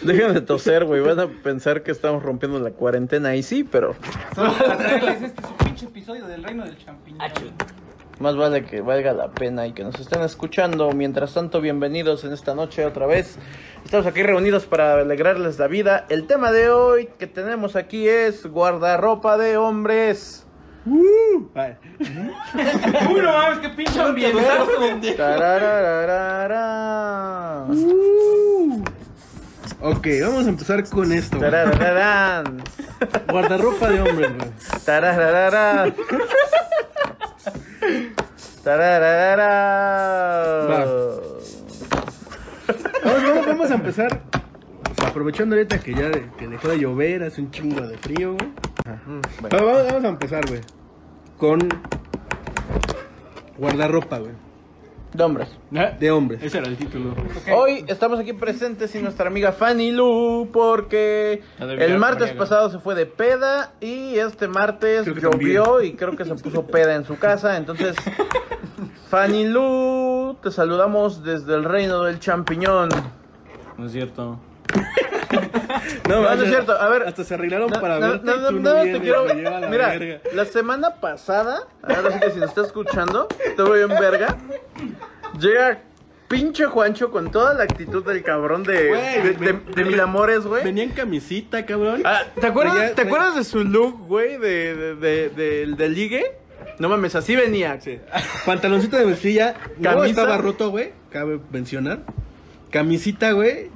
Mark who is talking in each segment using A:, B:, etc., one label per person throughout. A: Déjame toser, güey. Van a pensar que estamos rompiendo la cuarentena y sí, pero
B: Solo para traerles este su pinche episodio del reino del champiñón.
A: más vale que valga la pena y que nos estén escuchando. Mientras tanto, bienvenidos en esta noche otra vez. Estamos aquí reunidos para alegrarles la vida. El tema de hoy que tenemos aquí es guardarropa de hombres.
B: Uy, no mames, qué pinche ambientazo.
A: Tararararara.
C: Uh. Ok, vamos a empezar con esto. güey.
A: Tararararán.
C: Guardarropa de hombres, güey.
A: Tararararán. Tararararán.
C: Vamos, vamos, vamos a empezar. o sea, aprovechando ahorita que ya de- que dejó de llover, hace un chingo de frío, güey. Ah, Vamos, vamos a empezar, güey. Con guardarropa, güey.
A: De hombres.
B: Eh,
C: De hombres.
D: Ese era el título.
B: Ok.
A: Hoy estamos aquí presentes y nuestra amiga Fanny Lu porque
D: La de
A: el
D: Villar-
A: martes
D: Mariaga.
A: pasado se fue de peda y este martes
C: Creo que
A: llovió y creo que se puso peda en su casa. Entonces, Fanny Lu, te saludamos desde el reino del champiñón.
D: No es cierto.
A: No, no
C: mames.
A: es cierto. A ver,
C: Hasta se arreglaron
A: No,
C: para
A: no,
C: verte.
A: no,
C: y
A: no,
C: tú no
A: no, te
C: vienes,
A: quiero-
C: me lleva la
A: Mira,
C: verga.
A: la semana pasada, ahora sí que si nos está escuchando, te voy en verga. Llega pinche Juancho con toda la actitud del cabrón de,
C: Güey,
A: eh, de,
C: ven-
A: de- de Mil Amores, güey.
C: Venía en camisita, cabrón.
A: Ah, ¿Te acuerdas,
C: Venía-
A: ¿te acuerdas de su look, güey? De, de, de, de- de ligue. No mames, así venía.
C: Pantaloncito de mezclilla. No
A: Camisa.
C: estaba roto, güey. Cabe mencionar. Camisita, güey.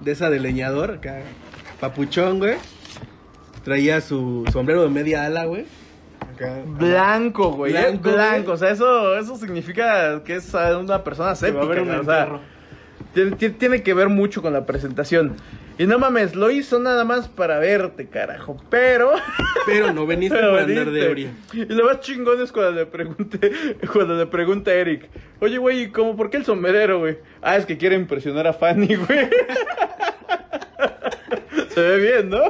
C: De esa de leñador. Acá. Papuchón, güey. Traía su sombrero de media ala, güey. Acá.
A: Blanco, güey. eh, Blanco,
C: Blanco,
A: O
C: güey.
A: sea, eso, eso significa que es ah, una persona
D: Se va
A: séptica.
D: a ver un
A: güey, o sea,
D: entierro.
A: Tiene, tiene- tiene que ver mucho con la presentación. Y no mames, lo hizo nada más para verte, carajo. Pero.
C: Pero no veniste
A: pero
C: para andar
A: veniste.
C: de Ori.
A: Y lo más chingón es cuando le pregunté, cuando le pregunta a Eric, oye güey, ¿y cómo, por qué el sombrerero, güey? Ah, es que quiere impresionar a Fanny, güey. Se ve bien, ¿no?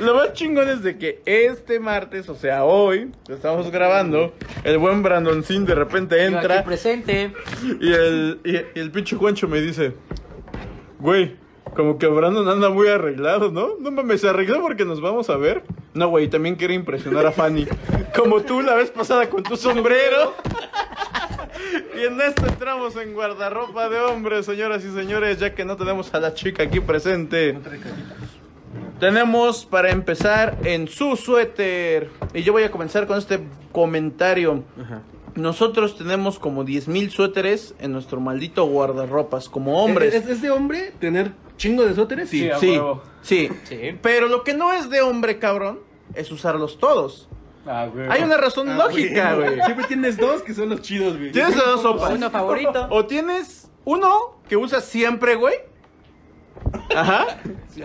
A: Lo más chingón es de que este martes, o sea, hoy, lo estamos grabando, el buen Brandoncín de repente
E: Yo
A: entra
E: aquí presente.
A: y el, y, y el pinche Juancho me dice, güey, como que Brandon anda muy arreglado, ¿no? No mames, se arregló porque nos vamos a ver. No, güey, también quiere impresionar a Fanny. Como tú la vez pasada con tu sombrero. Y en esto entramos en guardarropa de hombres, señoras y señores, ya que no tenemos a la chica aquí presente. Tenemos para empezar en su suéter. Y yo voy a comenzar con este comentario. Nosotros tenemos como 10.000 suéteres en nuestro maldito guardarropas, como hombres.
C: ¿Es, es- es de hombre tener chingo de sóteres?
D: Sí, a
A: Sí,
D: huevo.
A: sí,
E: Sí.
A: Pero lo que no es de hombre, cabrón, es usarlos todos.
D: Ah, güey.
A: Hay una razón
C: Ah,
A: lógica,
C: güey.
A: güey.
C: Siempre tienes dos que son los chidos, güey.
A: Tienes de dos sopas.
E: Uno favorito.
A: O tienes uno que usas siempre, güey. Ajá.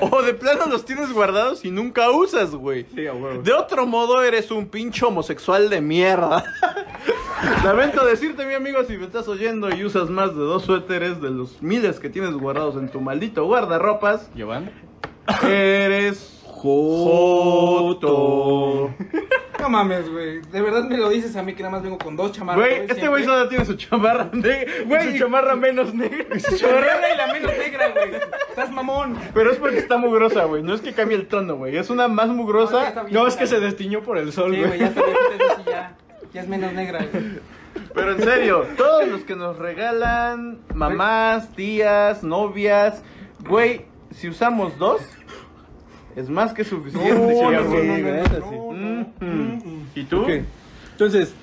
A: O de plano los tienes guardados y nunca usas, güey.
D: Sí, a huevo.
A: De otro modo, eres un pinche homosexual de mierda. Lamento decirte, mi amigo, si me estás oyendo y usas más de dos suéteres de los miles que tienes guardados en tu maldito guardarropas,
D: ¿Giovanni?
A: eres joto.
B: No mames, güey. De verdad me lo dices a mí que nada más vengo con dos chamarras.
A: Güey, este güey
B: siempre.
A: solo tiene su chamarra negra. Güey, su chamarra menos negra.
B: Chamarra y la menos negra, güey. Estás mamón.
A: Pero es porque está mugrosa, güey. No es que cambie el tono, güey. Es una más
B: No, ya
A: mugrosa.
B: está bien.
D: No, es que se destiñó por el sol,
B: Sí, güey,
D: güey.
B: ya está bien, entonces sí, ya. Ya es menos negra, güey.
A: Pero en serio, todos los que nos regalan, mamás, tías, novias, güey, si usamos dos, es más que suficiente.
C: No,
A: ya,
C: no,
A: güey.
C: no, no, no,
A: Mhm. ¿Y tú?
C: Ok. Entonces,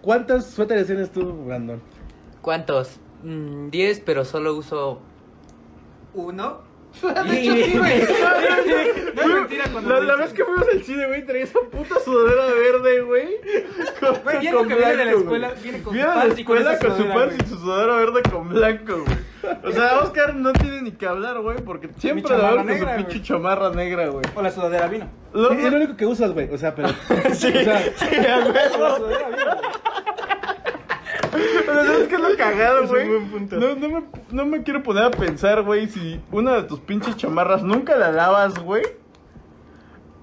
C: ¿cuántas suéteres tienes tú, Brandon?
E: ¿Cuántos? Mm, diez, pero solo uso.
B: Uno.
A: Fui- la, la vez que fuimos al cine, güey, traía esa puta sudadera verde, güey. Con,
B: Güey, viene lo que viene de la
A: blanco,
B: escuela,
A: güey.
B: viene con
A: Viene de
B: su
A: la
B: pants y con
A: escuela
B: esa
A: con su
B: sudadera,
A: pants y su sudadera verde con blanco, güey. O sea, Oscar no tiene ni que hablar, güey, porque siempre
B: chamarra
A: va con
B: negra,
A: su
B: güey.
A: pinche chamarra negra, güey.
B: O la sudadera vino.
A: Lo-
C: Es lo único que usas, güey. O sea, pero.
A: Sí,
C: O sea,
A: sí, a
B: O
A: huevo.
B: la sudadera vino. güey.
A: Pero ¿sabes qué es lo cagado,
C: Es
A: güey?
C: un buen punto.
A: No, no, me, no me quiero poner a pensar, güey, si una de tus pinches chamarras nunca la lavas, güey.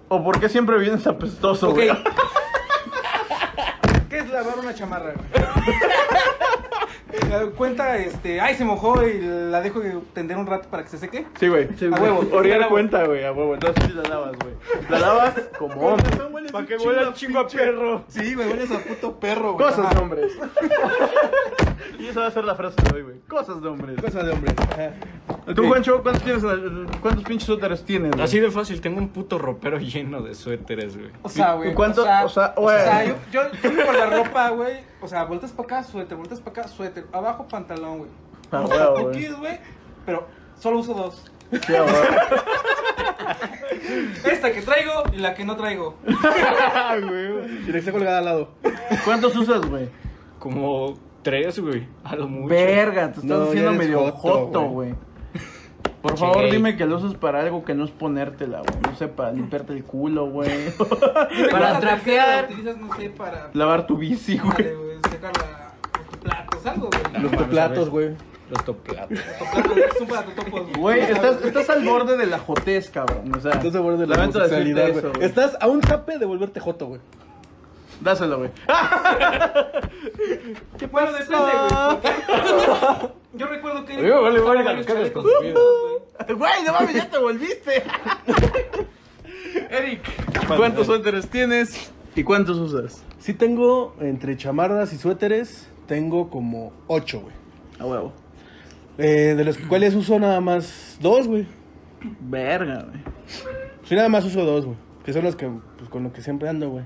A: O por qué siempre vienes apestoso,
B: Ok.
A: güey.
B: ¿Qué es lavar una chamarra, güey? Eh, Cuenta, este, ay, se mojó y la dejo que tender un rato para que se seque.
A: Sí, güey.
B: A
A: A
B: huevo.
A: huevo. Oriar
B: Sí, la
A: cuenta, güey, a huevo. Entonces sí la lavas, güey. La lavas como hombre. Para que huela chingo a perro.
C: sí, güey, hueles a puto perro, güey.
A: Cosas de hombres. y esa va a ser la frase de hoy, güey. Cosas de hombres.
C: Cosas de hombre. Ajá.
A: Tú,
C: Ok.
A: Juancho, ¿cuántos, tienes, cuántos pinches suéteres tienes? güey?
D: Así de fácil, tengo un puto ropero lleno de suéteres, güey.
B: O sea, güey.
A: ¿Cuánto?
B: O sea,
A: O sea,
B: o sea,
A: güey.
B: yo, yo, yo me guardo ropa, güey. O sea, vueltas para acá, suéter, vueltas para acá, suéter. Abajo, pantalón, güey.
A: Ah,
B: O sea,
A: huevo,
B: tú
A: güey.
B: quieres, güey. Pero solo uso dos.
A: Sí, a huevo.
B: Esta que traigo y la que no traigo.
C: Y le está colgada al lado.
A: ¿Cuántos usas, güey?
D: Como tres, güey. A lo mucho.
A: Verga, te estás
C: No, ya
A: haciendo
C: eres
A: medio
C: joto,
A: joto,
C: güey.
A: güey. Por favor,
D: Chey.
A: dime que lo usas para algo que no es ponértela, güey. No sé, para limpiarte el culo, güey.
E: Para
B: Una tercera
E: trapear.
B: La utilizas, no sé, para.
A: Lavar tu bici, güey.
B: Vale, güey, sacar la. los platos, algo, güey.
C: Los
D: mames, a
C: platos,
D: ver.
C: güey.
D: Los toplatos.
B: Los platos son para totopos,
A: Güey, estás, estás al borde de la jotez, cabrón. O sea,
C: Estás a borde de la
A: lamento decirte
C: homosexualidad,
A: eso,
C: güey. Estás a un tape de volverte joto, güey.
A: Dáselo, güey.
B: ¿Qué bueno, depende, güey. porque- Yo recuerdo que.
D: Oye, vale, vale,
B: varios
D: que hagas
B: chalecos
D: con tu vida.
B: güey.
A: Güey, no mames, ya te volviste. Eric, ¿cuántos suéteres tienes y cuántos usas?
C: Sí tengo entre chamarras y suéteres, tengo como ocho, güey.
A: A huevo.
C: Eh, de los cuales uso nada más dos, güey.
A: Verga, güey.
C: Sí, nada más uso dos, güey. Que son los que, pues, con los que siempre ando, güey.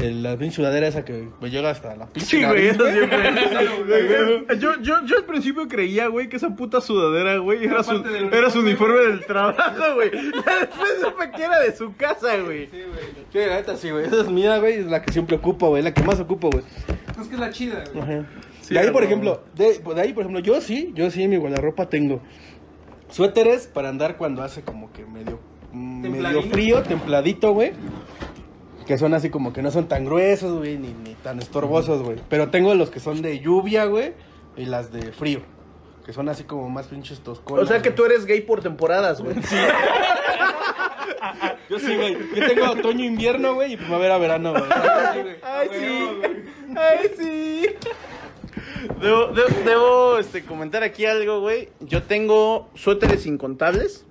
C: El- La pinche sudadera esa que me llega hasta la pinche
A: Sí, güey,
C: nariz,
A: eso siempre. yo, yo, yo al principio creía, güey, que esa puta sudadera, güey, era su,
B: parte del
A: era su
B: uniforme,
A: uniforme del trabajo, güey. Ya después supe que era de su casa, güey.
B: Sí, güey.
C: Sí, la neta sí, güey. Esa es mía, güey. Es la que siempre ocupo, güey. La que más ocupo, güey.
B: Pues Es que es la chida, güey.
C: Ajá.
A: Sí,
C: de ahí, por
A: no.
C: ejemplo, de, de ahí, por ejemplo, yo sí, yo sí en mi guardarropa tengo suéteres para andar cuando hace como que medio, mm, medio
B: Templadito.
C: frío, templadito, güey. Que son así como que no son tan gruesos, güey, ni, ni tan estorbosos, güey. Pero tengo los que son de lluvia, güey, y las de frío. Que son así como más pinches toscones.
A: O sea que
C: güey.
A: tú eres gay por temporadas, güey.
C: Yo sí, güey. Ah, Yo tengo otoño-invierno, güey, y primavera-verano, güey.
B: Ah,
A: Ay, sí. Ay, sí. Debo, de- debo, este, comentar aquí algo, güey. Yo tengo suéteres incontables.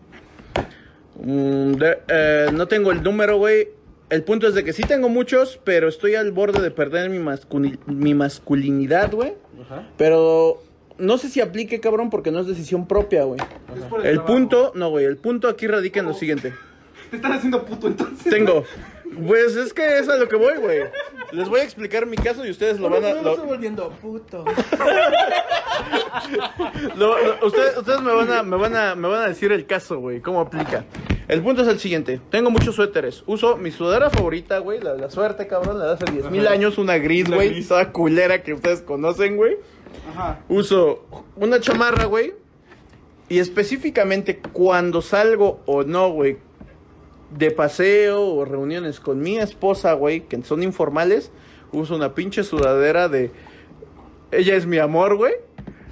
A: Mm, de- eh, no tengo el número, güey. El punto es de que sí tengo muchos, pero estoy al borde de perder mi, masculi- mi masculinidad, güey.
C: Ajá.
A: Pero no sé si aplique, cabrón, porque no es decisión propia, güey.
B: Es por
A: El
B: trabajo.
A: punto, no, güey. El punto aquí radica en lo siguiente.
B: Te están haciendo puto entonces.
A: Tengo. Pues es que es a lo que voy, güey. Les voy a explicar mi caso y ustedes lo van a. lo-
C: volviendo puto.
A: lo- lo- ustedes ustedes me, van a, me, van a, me van a decir el caso, güey. ¿Cómo aplica? El punto es el siguiente. Tengo muchos suéteres. Uso mi sudadera favorita, güey. La de la suerte, cabrón. La de hace 10.000 años. Una gris, güey. Toda culera que ustedes conocen, güey.
B: Ajá.
A: Uso una chamarra, güey. Y específicamente cuando salgo o no, güey, de paseo o reuniones con mi esposa, güey, que son informales, uso una pinche sudadera de ella es mi amor, güey.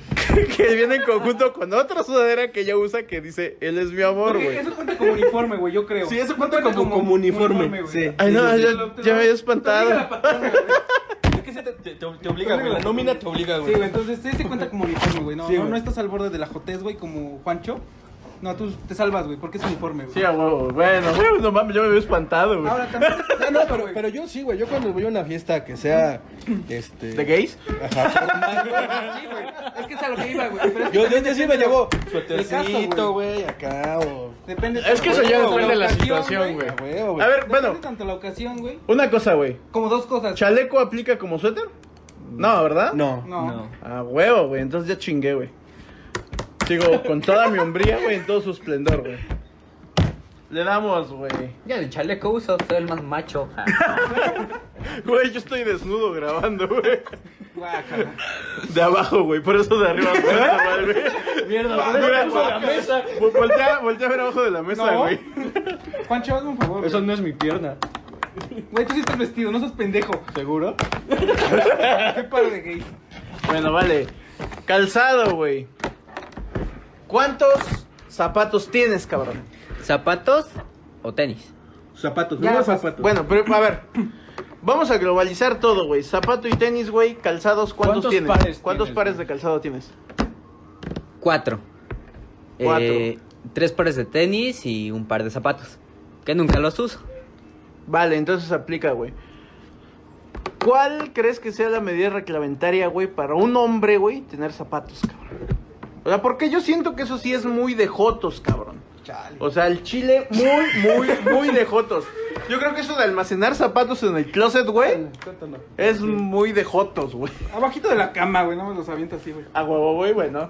A: Que viene en conjunto con otra sudadera que ella usa que dice él es mi amor,
B: Porque
A: güey.
B: Eso cuenta como uniforme, güey, yo creo.
C: Sí, eso cuenta como- como uniforme, sí.
A: Ay, no,
C: Sí, sí,
A: ya,
B: Te lo- te
A: ya
B: lo-
A: me había
B: te
A: espantado.
B: obliga la patrona, güey.
C: Es que sí te, te- te- te obliga, güey. La nómina te obliga,
B: Sí, güey, entonces sí se cuenta como uniforme, güey. No,
C: Sí,
B: no,
C: güey.
B: no estás al borde de la jotez, güey, como Juancho. No, tú te salvas, güey, porque es uniforme, güey.
A: Sí, a huevo. Bueno, güey, no mames, yo me había espantado, güey.
B: Ahora también.
C: No, no, pero, pero yo sí, güey. Yo cuando voy a una fiesta que sea. Este.
A: ¿De gays?
B: Sí, güey. Es que es a lo que iba, güey. pero es que
C: Yo, yo,
B: también
C: yo sí me
B: depende,
C: llevo
B: del caso,
C: suetercito, güey, acá, o.
B: Depende.
A: Es que eso
B: tanto
A: ya
B: de
A: depende de la
B: ocasión,
D: situación, güey.
C: A huevo, güey.
A: A ver,
B: Depende
A: bueno,
B: tanto la ocasión, güey.
A: una cosa, güey.
B: Como dos cosas.
A: ¿Chaleco aplica como suéter? No, ¿verdad?
C: No.
B: No.
D: No.
A: A huevo, güey. Entonces ya chingué, güey. Sigo con toda mi hombría, güey, en todo su esplendor, güey. Le damos, güey.
E: Ya el chaleco uso, soy el más macho. Ah, ja.
A: Güey, yo estoy desnudo grabando, güey.
B: Guácala.
A: De abajo, güey. Por eso de arriba, güey.
D: Mierda, por eso
A: mira,
D: puso la mesa.
A: Vol- Voltea, voltea a ver abajo de la mesa,
B: No.
A: güey.
B: Pancho, hazme un favor.
A: Eso
B: Güey,
A: no es mi pierna.
B: Güey, tú sí estás vestido, no seas pendejo.
A: ¿Seguro?
B: Qué paro de gays.
A: Bueno, vale. Calzado, güey. ¿Cuántos zapatos tienes, cabrón?
E: ¿Zapatos o tenis?
A: Zapatos,
B: Ya pues,
A: no
B: los-
A: zapatos. pues, Bueno, pero a ver. Vamos a globalizar todo, güey. Zapato y tenis, güey. Calzados, ¿cuántos,
D: ¿Cuántos
A: tienes?
D: pares
A: ¿Cuántos
D: tienes,
A: pares
D: güey?
A: de calzado tienes?
E: Cuatro.
A: Cuatro.
E: Eh, tres pares de tenis y un par de zapatos. Que nunca los uso.
A: Vale, entonces aplica, güey. ¿Cuál crees que sea la medida reglamentaria, güey, para un hombre, güey, tener zapatos, cabrón? O sea, porque yo siento que eso sí es muy de jotos, cabrón. O sea, el chile muy, muy, muy de jotos. Yo creo que eso de almacenar zapatos en el closet, güey, es muy de jotos, güey.
B: Abajito de la cama, güey, no me los aviento así, güey.
A: A huevo, güey, bueno.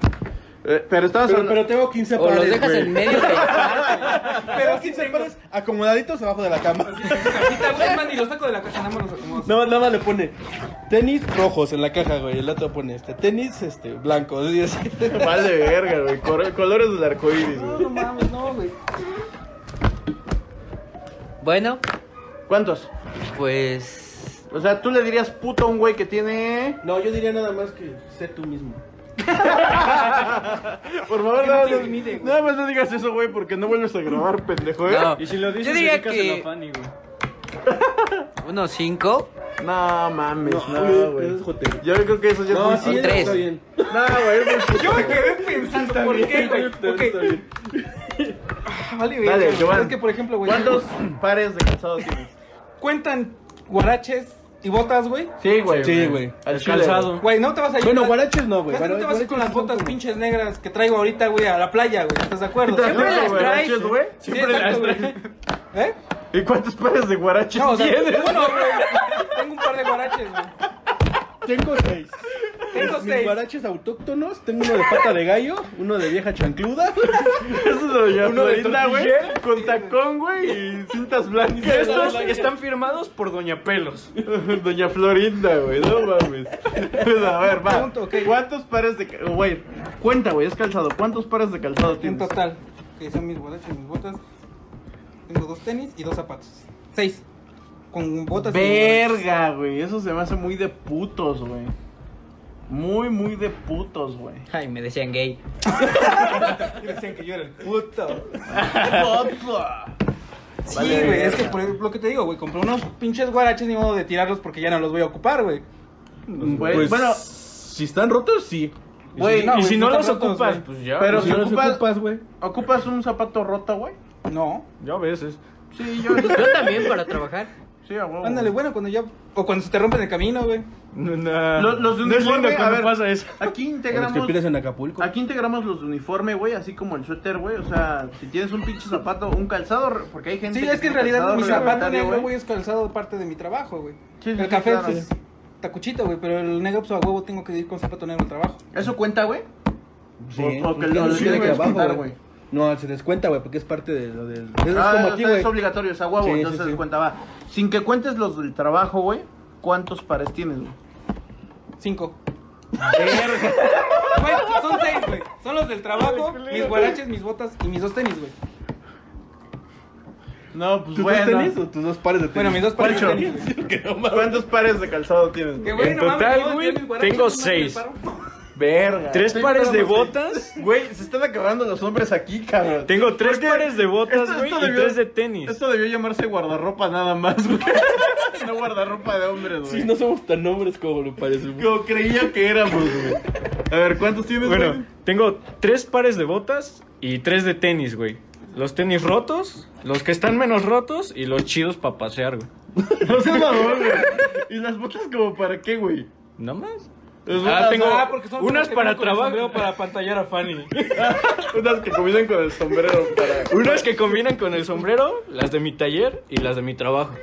A: Eh, pero estamos
C: Pero,
A: hablando...
C: pero tengo 15
E: O
C: pares.
E: los dejas
C: güey.
E: en medio del cuarto.
C: Pero 15 pares acomodaditos abajo de la cama.
B: Cajita, güey, es más, ni los tacos de la casa, nada más los acomodas.
C: Nada más, nada más le pone tenis rojos en la caja, güey. El otro pone este tenis este blancos. Y así.
A: Vale, verga, güey. cor- Colores del arcoíris,
B: No,
A: güey.
B: no mames, no, güey.
E: Bueno,
A: ¿Cuántos?
E: pues.
A: O sea, tú le dirías puto a un güey que tiene...
C: No, yo diría nada más que sé tú mismo.
A: Por favor,
B: Que no
A: nada, más-
B: te intimide, güey.
A: nada más no digas eso, güey, porque no vuelves a grabar, pendejo, ¿eh?
E: No.
D: Y si lo dices,
E: Yo diría
D: dedícaselo
E: que-
D: a Fanny, güey.
E: Unos cinco.
A: No mames,
C: No,
A: no,
C: güey,
A: güey.
C: eso es jotero.
A: Yo creo que eso ya
C: No,
A: es
C: sí,
A: muy-
E: tres.
C: está bien.
A: No, güey, es muy-
B: Yo me quedé pensando, ¿por qué, güey?
C: Está
B: Ok,
C: bien.
B: ah, vale, güey.
A: Dale, Giovanni.
B: Es que, por ejemplo, güey,
A: ¿Cuántos pares de calzado tienes?
B: cuentan guaraches y botas, güey?
A: Sí, güey.
C: Sí, güey.
A: Al
D: El
A: chile,
D: calzado.
B: Güey, no te vas a ir.
C: Bueno, guaraches no, güey.
B: Es que no te vas a ir con
C: Guaraches
B: las
C: son
B: botas
C: como-
B: pinches negras que traigo ahorita, güey, a la playa, güey. ¿Estás de acuerdo?
A: güey.
E: Siempre
A: No,
E: las
A: güey,
E: traes.
A: guaraches, güey.
B: Sí, exacto, güey. ¿Eh?
A: ¿Y cuántos pares de guaraches
B: No, o sea,
A: tienes?
B: bueno, güey, tengo un par de guaraches, güey.
C: Tengo seis.
B: Tengo
C: Mis
B: seis.
C: guaraches autóctonos. Tengo uno de pata de gallo, uno de vieja chancluda.
A: Eso es lo ya
D: Uno de
A: ahorita, güey.
D: tortillera.
A: Con tacón, güey, y cintas blancas.
D: Estos están firmados por Doña Pelos.
A: Doña Florinda, güey, no mames. Pues, A ver, va.
B: Pregunto, ok.
A: ¿Cuántos pares de calzado? Güey, cuenta, güey, es calzado. ¿Cuántos pares de calzado
B: En
A: tienes?
B: total, que son mis guaraches, mis botas. Tengo dos tenis y dos zapatos. Seis. Con botas y guaraches.
A: Verga, güey. Eso se me hace muy de putos, güey. Muy, muy de putos, güey.
E: Ay, me decían gay.
B: Y decían que yo era el puto. Sí,
A: Vale,
B: güey, es
A: verga.
B: que por lo que te digo, güey, compré unos pinches guaraches ni modo de tirarlos porque ya no los voy a ocupar, güey.
A: Güey,
C: Pues,
A: bueno,
C: si están rotos, sí.
A: güey.
B: no,
D: y si
B: güey,
D: no
B: no te
D: los
B: rotos,
D: ocupas,
B: güey.
D: pues ya.
A: Pero
D: pues
C: si
A: si
D: ya-
C: los
A: ocupas-
C: ocupas, güey.
A: ¿Ocupas un zapato roto, güey?
B: No.
D: yo a veces.
A: Sí, yo.
E: Yo también para trabajar.
A: sí, a huevo.
B: Ándale, bueno, cuando ya. O cuando se te rompen el camino, güey.
D: No,
A: Lo- los de
D: no es
A: uniforme,
D: lindo
A: a
D: cuando
A: ver.
D: pasa eso.
A: Aquí
C: Los que
A: integramos.
C: pides en Acapulco.
A: Aquí integramos los de uniforme, güey, así como el suéter, güey. O sea, si tienes un pinche zapato, un calzado, re- porque hay gente.
B: Sí, es que en
A: tiene
B: realidad
A: calzado
B: mi zapato
A: reglamentario,
B: negro, güey, es calzado parte de mi trabajo, güey.
A: Sí, sí, sí,
B: el café
A: claro.
B: pues, es tacuchito, güey, pero el negro, pues a huevo tengo que ir con zapato negro al trabajo.
A: ¿Eso cuenta, güey?
C: Sí.
A: O- o que
C: Sí,
A: lo- lo
C: sí,
A: tiene que
C: abajo,
A: descontar, güey.
C: No, se descuenta, güey, porque es parte de lo del. Es
A: Ah,
C: como
A: o
C: aquí,
A: sea,
C: güey.
A: es obligatorio, o sea, huevo,
C: Sí, sí,
A: entonces
C: sí.
A: de cuenta va. Sin que cuentes los del trabajo, güey, ¿cuántos pares tienes, güey?
B: Cinco. Güey, son seis, güey. Son los del trabajo, mis guaraches, mis botas y mis dos tenis, güey.
A: No, pues
C: ¿Tus dos tenis o tus dos pares de tenis?
B: Bueno, mis dos pares de
A: Pancho.
B: tenis, güey.
A: ¿Cuántos pares de calzado tienes?
B: Que,
A: güey?
B: güey,
D: En
B: no mames,
D: total,
B: no,
D: güey,
B: yo mis guaraches,
D: tengo
B: no mames,
D: seis.
B: paro.
A: Verga.
D: Tres
A: Estoy
D: pares de
A: esperando-
D: botas.
A: Güey, se están acabando los hombres aquí, cabrón.
D: Tengo tres
A: ¿Por qué?
D: pares de botas,
A: Esto-
D: güey,
A: esto
D: y
A: debió-
D: tres de tenis.
A: Esto debió llamarse guardarropa nada más, güey. no guardarropa de hombres, güey.
C: Sí, no somos tan hombres como lo parece.
A: Yo creía que éramos, güey. A ver, ¿cuántos tienes, güey?
D: Bueno, tengo tres pares de botas y tres de tenis, güey. Los tenis rotos, los que están menos rotos y los chidos para pasear, güey.
A: No seas mamón, güey. ¿Y las botas como para qué, güey?
D: ¿No más?
A: Las
D: Ah,
A: botas,
D: tengo
B: Ah, porque son
D: unas
B: los que
D: para
B: vienen con el
D: trabajo,
B: sombrero para pantallar a Fanny.
A: Unas que combinan con el sombrero para...
D: unas que combinan con el sombrero, las de mi taller y las de mi trabajo.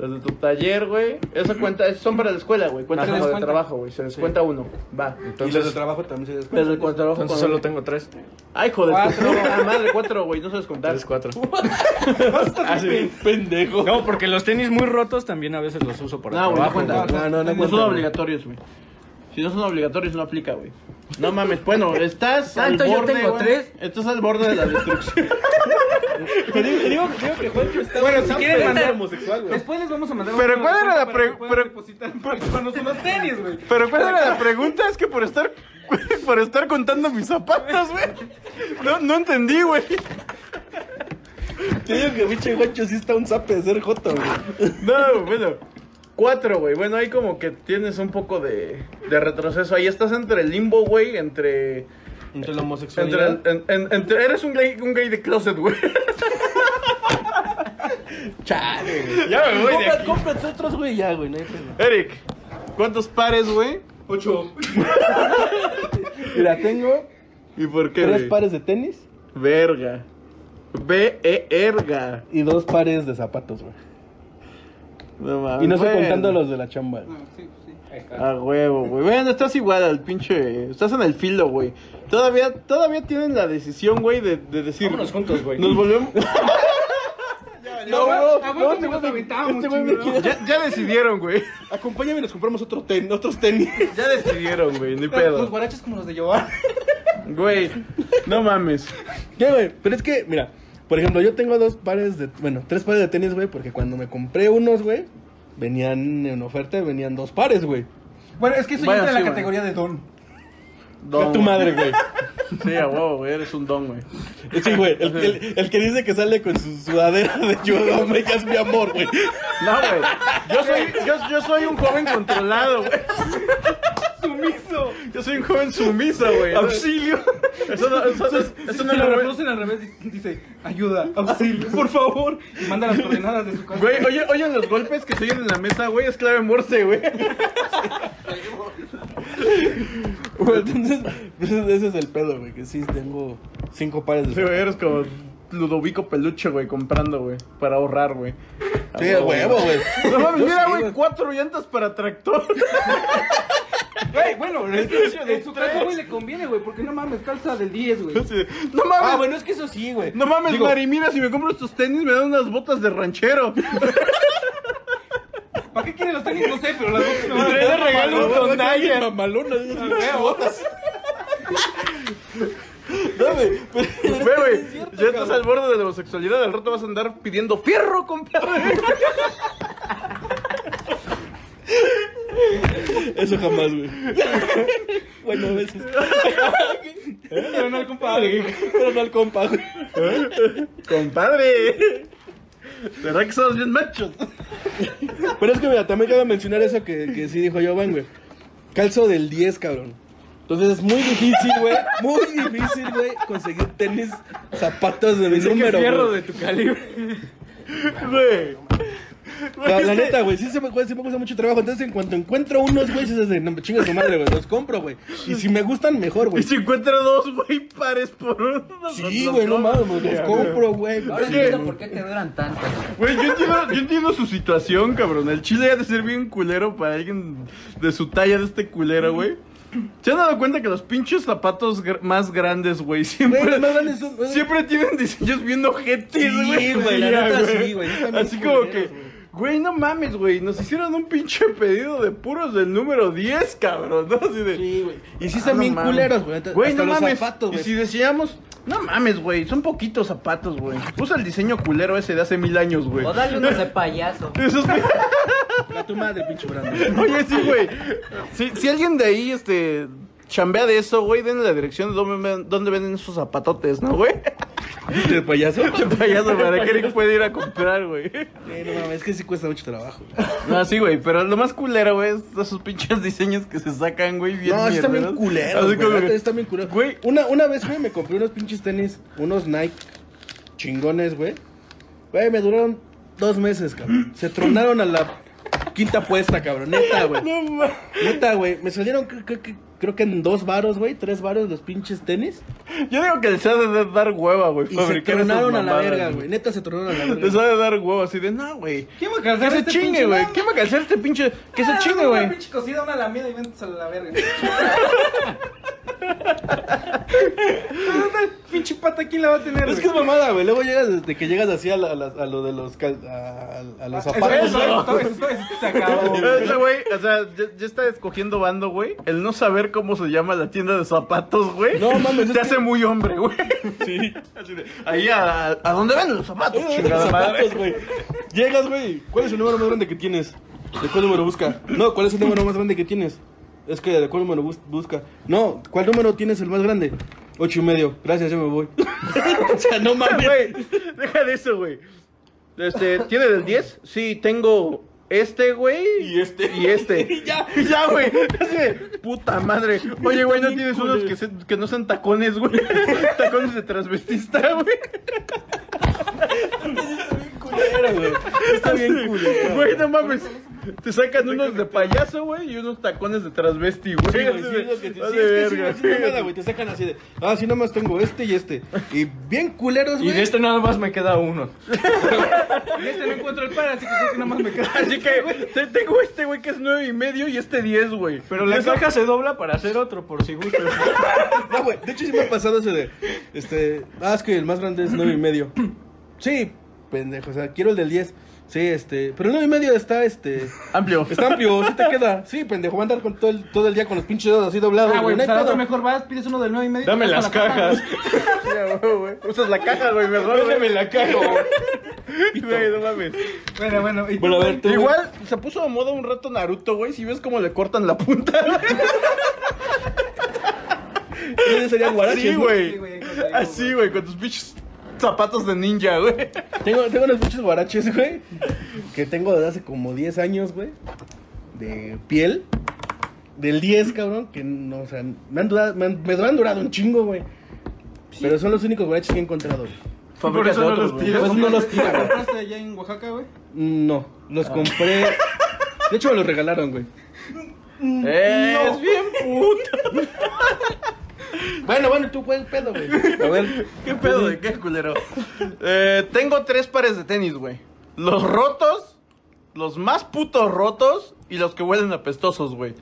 A: Las de tu taller, güey. Esa cuenta, esas son para la escuela, güey. Cuenta
B: Se
A: como de
B: descuenta.
A: trabajo, güey. Se descuenta uno. Va.
C: Y los de trabajo también se descuentan.
A: Desde el cuenta trabajo.
D: Entonces
A: cuando-
D: solo tengo tres.
A: Ay, joder.
B: Cuatro.
A: tu- Ah, madre, cuatro, güey. No sabes contar.
D: Tres, cuatro.
C: Ah, sí. Pendejo.
D: No, porque los tenis muy rotos también a veces los uso para
A: No, güey, no
D: trabajo.
A: cuenta.
C: güey. No, no, no
A: No son
C: cuenta, güey.
A: obligatorios, güey. Si no son obligatorios, no aplica, güey. No mames, bueno, estás
F: Tanto
A: al
F: yo
A: borde,
F: tengo
A: güey.
F: tres.
A: Estás al borde de la destrucción.
C: Te digo, te digo- te digo que Juancho está...
B: Bueno, si quieren mandar-
A: homosexual,
B: Después les vamos a mandar
A: Pero
B: una
A: ¿cuál era la
B: para que
A: pre-
B: puedan
A: pre-
B: depositar préstamos unos tenis, güey.
A: Pero cuál era la pregunta, es que por estar por estar contando mis zapatos, güey. No, no entendí, güey.
C: Te digo que pinche Juancho sí está un zape de ser joto, güey.
A: No, Ah, bueno. Cuatro, güey. Bueno, ahí como que tienes un poco de, de retroceso. Ahí estás entre el limbo, güey, entre.
C: Entre la
A: Entre,
C: homosexualidad...
A: el- en- en- entre- eres un gay, un gay de closet, güey.
C: Chale, güey.
A: Ya me voy de
C: Compra-
A: aquí.
C: Cómprate otros, güey, ya, güey, no hay pedo.
A: Eric, ¿cuántos pares, güey?
B: Ocho.
C: Mira, tengo
A: ¿Y por qué?
C: tres
A: güey?
C: pares de tenis
A: Verga. eh, B-E-Erga.
C: y dos pares de zapatos, güey.
A: No mames.
C: Y no estoy
A: bueno.
C: contando los de la chamba, güey.
B: No, sí, sí.
A: A huevo, güey. Bueno, estás igual al pinche. Estás en el filo, güey. Todavía, todavía tienen la decisión, güey, de, de decir.
D: Vámonos juntos, güey.
A: Nos volvemos.
C: No,
B: huevo, a huevo
C: este
B: nos
C: güey me-
B: aventamos,
C: este güey me
B: chingado.
C: quiere-
A: ya, ya decidieron, güey.
C: Acompáñame y nos compramos otro ten- otros tenis.
A: Ya decidieron, güey. Ni
B: Los
A: pedo.
B: guaraches como los de Joan.
A: Güey, no mames.
C: Ya, güey, pero es que, mira, por ejemplo, yo tengo dos pares de, bueno, tres pares de tenis, güey, porque cuando me compré unos, güey, venían en oferta, venían dos pares, güey.
B: Bueno, es que eso
A: Bueno,
B: ya entra en
A: sí,
B: la categoría de don.
C: A tu madre, güey.
A: Sí, a huevo, güey. Eres un don, güey.
C: Sí, güey, el, el- el que dice que sale con su sudadera de yo, hombre, ya es mi amor, güey.
A: No, güey. Yo soy, yo, yo soy un joven controlado, güey.
B: ¡Sumiso!
A: Yo soy un joven sumiso, güey. Auxilio. Eso no, eso, no- eso
B: Eso
A: no
B: no lo
A: lo voy-
B: reproducen al revés, dice- dice, ayuda, auxilio, por favor. Y manda las coordenadas de su casa.
A: Güey, oye, oye los golpes que se oyen en la mesa, güey, es clave morse, güey.
C: Güey, Entonces, pues, ese es el pedo, güey, que sí tengo cinco pares de
A: Sí, güey, eres como Ludovico Peluche, güey, comprando, güey, para ahorrar, güey. A
C: Sí, a huevo, güey.
A: No mames,
C: Yo
A: mira,
C: sí,
A: güey, cuatro llantas para tractor.
B: Güey, bueno, es que en su caso, güey, le conviene, güey, porque no mames, calza del 10, güey.
A: Así de, No mames,
C: Ah, bueno, es que eso sí, güey.
A: no mames,
C: Digo-
A: Mari, mira, si me compro estos tenis me dan unas botas de ranchero.
B: ¿Para qué quiere los tenis? No sé, pero las botas me van a
A: Trae de regalo un Ah, Tondaya.
C: Mamalona, dices,
B: dar ¿eh? botas.
C: dame.
A: Ve, güey, ya estás al borde de la homosexualidad, al rato vas a andar pidiendo fierro, compadre.
C: Eso jamás, güey. Bueno, a veces.
B: Pero no, compadre.
C: Pero no al compa, güey.
A: Compadre. ¿Verdad que somos bien machos?
C: Pero es que, mira, también quiero mencionar eso que, que sí dijo Jovan, güey. Calzo del 10, cabrón. Entonces es muy difícil, güey. Muy difícil, güey, conseguir tenis, zapatos de mi número. güey.
D: de tu calibre.
A: Güey.
C: La, la neta, güey, sí, se me, güey, sí me cuesta mucho trabajo. Entonces, en cuanto encuentro unos, güey, sí es de, no, chinga su madre, güey, los compro, güey. Y si me gustan, mejor,
A: Y
C: güey.
A: si encuentra dos, güey, pares por uno.
C: Sí, güey, no mames, los compro, güey.
E: Ahora
C: Sí,
E: entiendo por qué te duran tanto.
A: Güey, yo entiendo, yo entiendo su situación, cabrón. El chile ha de ser bien culero para alguien de su talla de este culero, güey. ¿Se han dado cuenta que los pinches zapatos gr- más grandes, güey, siempre,
C: Güey, los más grandes son- güey.
A: siempre tienen diseños bien ojetes,
C: Sí,
A: güey?
C: güey, la neta sí, güey, están bien
A: Así como que,
C: culeros,
A: güey, no mames, güey, nos hicieron un pinche pedido de puros del número 10, cabrón, ¿no? Así de...
C: Sí, güey. Y sí
A: Ah,
C: están
A: no
C: bien
A: mames.
C: culeros, güey. Hasta
A: Güey, no
C: los
A: mames.
C: zapatos,
A: y
C: güey.
A: si decíamos, no mames, güey, son poquitos zapatos, güey. Usa el diseño culero ese de hace mil años, güey.
E: O dale unos de payaso.
A: Esos-
C: A tu madre, pinche Brando.
A: Oye, sí, güey. Si, si alguien de ahí, este, chambea de eso, güey, denle la dirección de dónde, ven- dónde venden esos zapatotes, ¿no, güey?
C: ¿De payaso?
A: Qué payaso, para que Eric puede ir a comprar, güey.
C: no mames, es que sí cuesta mucho trabajo.
A: No, sí, güey, pero lo más culero, güey, es esos pinches diseños que se sacan, güey, bien
C: No, sí están bien
A: mierderos.
C: culeros,
A: Así
C: güey.
A: como
C: la neta,
A: que-
C: Están bien culeros.
A: Güey.
C: Una, una vez, güey, me compré unos pinches tenis, unos Nike chingones, güey. Güey, me duraron dos meses, cabrón. Se tronaron a la quinta puesta, cabrón. Neta, güey. Neta, güey. Me salieron, creo, creo que- creo que en dos varos, güey, tres varos los pinches tenis.
A: Yo digo que les ha de dar hueva, güey,
C: Y se
A: fabricar esas
C: tronaron a la
A: mamadas,
C: verga, güey. Neta, se tronaron a la
A: Les
C: verga.
A: ha de dar huevo así de, no, güey.
B: ¿Quién va
A: Que
B: a calzar
A: se
B: este
A: chingue,
B: pinche
A: güey.
B: don?
A: ¿Quién va a calzar este pinche? Que se
B: Ah,
A: chingue,
B: Una
A: güey.
B: pinche cocida, una lamida y véntese a la verga. pinche pata, ¿quién la va a tener?
C: Es que es mamada, güey. Luego llegas, de que llegas así a, la- a las- a lo de los, cal- a, a- a los zapatos.
B: Eso,
C: güey.
B: eso, eso, eso, se acabó.
A: Eh,
C: Eh,
A: Ese güey, o sea, ya, ya está escogiendo bando, güey. El no saber cómo se llama la tienda de zapatos, güey.
C: No, mames, es
A: Te
C: que-
A: hace muy hombre, güey. Sí. ahí, a, ¿a dónde venden los zapatos?
C: Eh, Los
A: Chingada madre.
C: zapatos, güey. Llegas, güey. ¿Cuál es el número más grande que tienes? ¿De cuál número busca? No, ¿cuál es el número más grande que tienes? Es que de cuál número bus- busca. No, ¿cuál número tienes el más grande? Ocho y medio. Gracias, ya me voy. o sea, no mames.
A: Güey, deja de eso, güey. Este, ¿tiene del 10? Sí, tengo este, güey.
C: Y este.
A: Y este.
C: Ya.
A: Ya, güey. Así de, Puta madre. Oye, güey, ¿no
C: Bien
A: tienes
C: culero.
A: unos que, se- que no sean tacones, güey? Tacones de transvestista, güey.
C: Culero, güey. Está bien culero.
A: Güey, no mames. Te sacan unos de payaso, güey, y unos tacones de transvesti, güey.
C: Sí, güey,
A: Así
C: sí,
A: de,
C: es lo que te-
A: "Vale,
C: sí, es que sí,
A: verga".
C: no es nada, güey. Te sacan así de. Ah, sí, nomás tengo este y este. Y bien culeros,
D: Y
C: güey.
D: de este nada más me queda uno.
B: De este no encuentro el par, así que creo que nada más me queda.
A: Así que te- tengo este, güey, que es nueve y medio y este 10, güey.
D: Pero la
A: Y esa-
D: caja se dobla para hacer otro, por si gusta.
C: No, güey, de hecho sí me ha pasado ese de. Este. Ah, es que el más grande es nueve y medio. Sí, pendejo. O sea, quiero el del 10. Sí, este. Pero el nueve y medio está este.
A: Amplio.
C: Está amplio, sí te queda. Sí, pendejo, va a andar con todo el, todo el día con los pinches dedos así doblados.
B: Ah, güey,
C: no hay
B: pues al otro
C: pedo.
B: mejor vas, pides uno del 9 y medio.
D: Dame
B: te vas
D: las
B: con la pata,
D: cajas.
A: Usas la caja, güey, mejor.
D: Dame la caja.
A: Güey, no mames.
B: güey. Bueno, bueno. y-
C: Bueno, a ver, tú. güey.
A: Igual se puso de moda un rato Naruto, güey. Si ves cómo le cortan la punta,
C: Ese sería guaraches,
A: Así,
C: ¿no?
B: Sí,
A: güey.
B: güey, con el-
A: Así, güey, con tus pinches zapatos de ninja, güey.
C: Tengo, tengo unos pinches guaraches, güey. Que tengo desde hace como 10 años, güey. De piel. Del 10, cabrón. Que no, o sea, me han durado, me han, me han durado un chingo, güey. Pero son los únicos guaraches que he encontrado, güey.
A: Por eso no los
C: Pues
A: tiras.
C: no los
B: ¿Los
C: tira, güey.
B: compraste allá en Oaxaca, güey?
C: No, Ah. los compré. De hecho, me los regalaron, güey.
A: Eh, Es bien puta.
C: Bueno, bueno, tú, güey, pedo, güey. A ver,
A: ¿Qué pedo de qué, culero? Eh, tengo tres pares de tenis, güey. Los rotos, los más putos rotos y los que huelen apestosos, güey.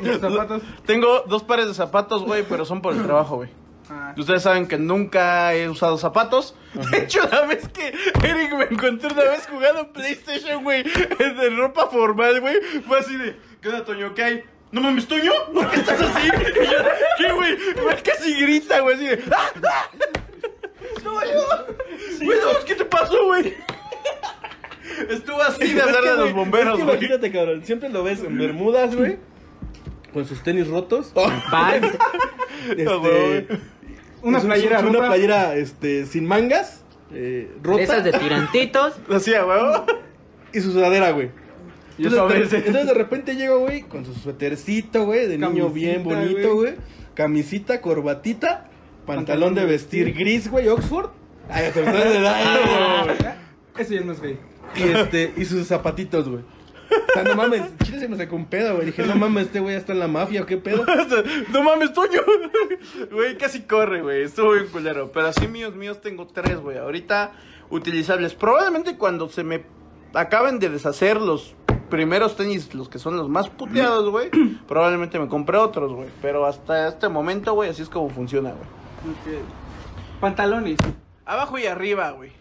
B: Los zapatos.
A: Tengo dos pares de zapatos, güey, pero son por el trabajo, güey.
B: Ah.
A: Ustedes saben que nunca he usado zapatos. De hecho, la vez que Eric me encontré una vez jugando PlayStation, güey, de ropa formal, güey, fue así de, ¿qué onda, Toño? ¿Qué hay? No mames, Toño, ¿por qué estás así? Y yo, ¿Qué, güey? Güey, casi grita, güey, así de, ¡ah! ah". ¡Toño! Güey, no, ¿qué te pasó, güey? Estuvo así de hablar de los bomberos,
C: Es que
A: güey.
C: imagínate, cabrón. Siempre lo ves en Bermudas, güey. Con sus tenis rotos.
E: Pants.
C: Este,
A: Ah, güey.
B: Una
C: es un-
B: playera
C: es Una
B: rota.
C: playera este, sin mangas. eh, rota.
E: De esas de tirantitos.
A: Hacía, güey.
C: Y su sudadera, güey.
A: Y
C: Entonces,
A: sobre
C: de-
A: ese.
C: entonces, de repente llego, güey, con su suétercito, güey, de niño
B: Camisita,
C: bien bonito,
B: güey.
C: güey. Camisita, corbatita, pantalón,
B: Pantalón
C: de
B: de
C: vestir
B: vestir.
C: gris, güey, Oxford. Ay, te pasas de edad, güey.
B: Eso ya no es gay.
C: Y este, y sus zapatitos, güey. O sea, no mames, Chile se me sacó un pedo, güey. Dije, no mames, este güey ya está en la mafia, ¿o ¿qué pedo?
A: No mames, Toño. Güey, casi corre, güey. Estuvo bien culero. Pero así míos, míos tengo tres, güey. Ahorita utilizables. Probablemente cuando se me acaben de deshacer los primeros tenis, los que son los más puteados, güey. probablemente me compré otros, güey. Pero hasta este momento, güey, así es como funciona, güey.
B: Pantalones.
A: Abajo y arriba, güey.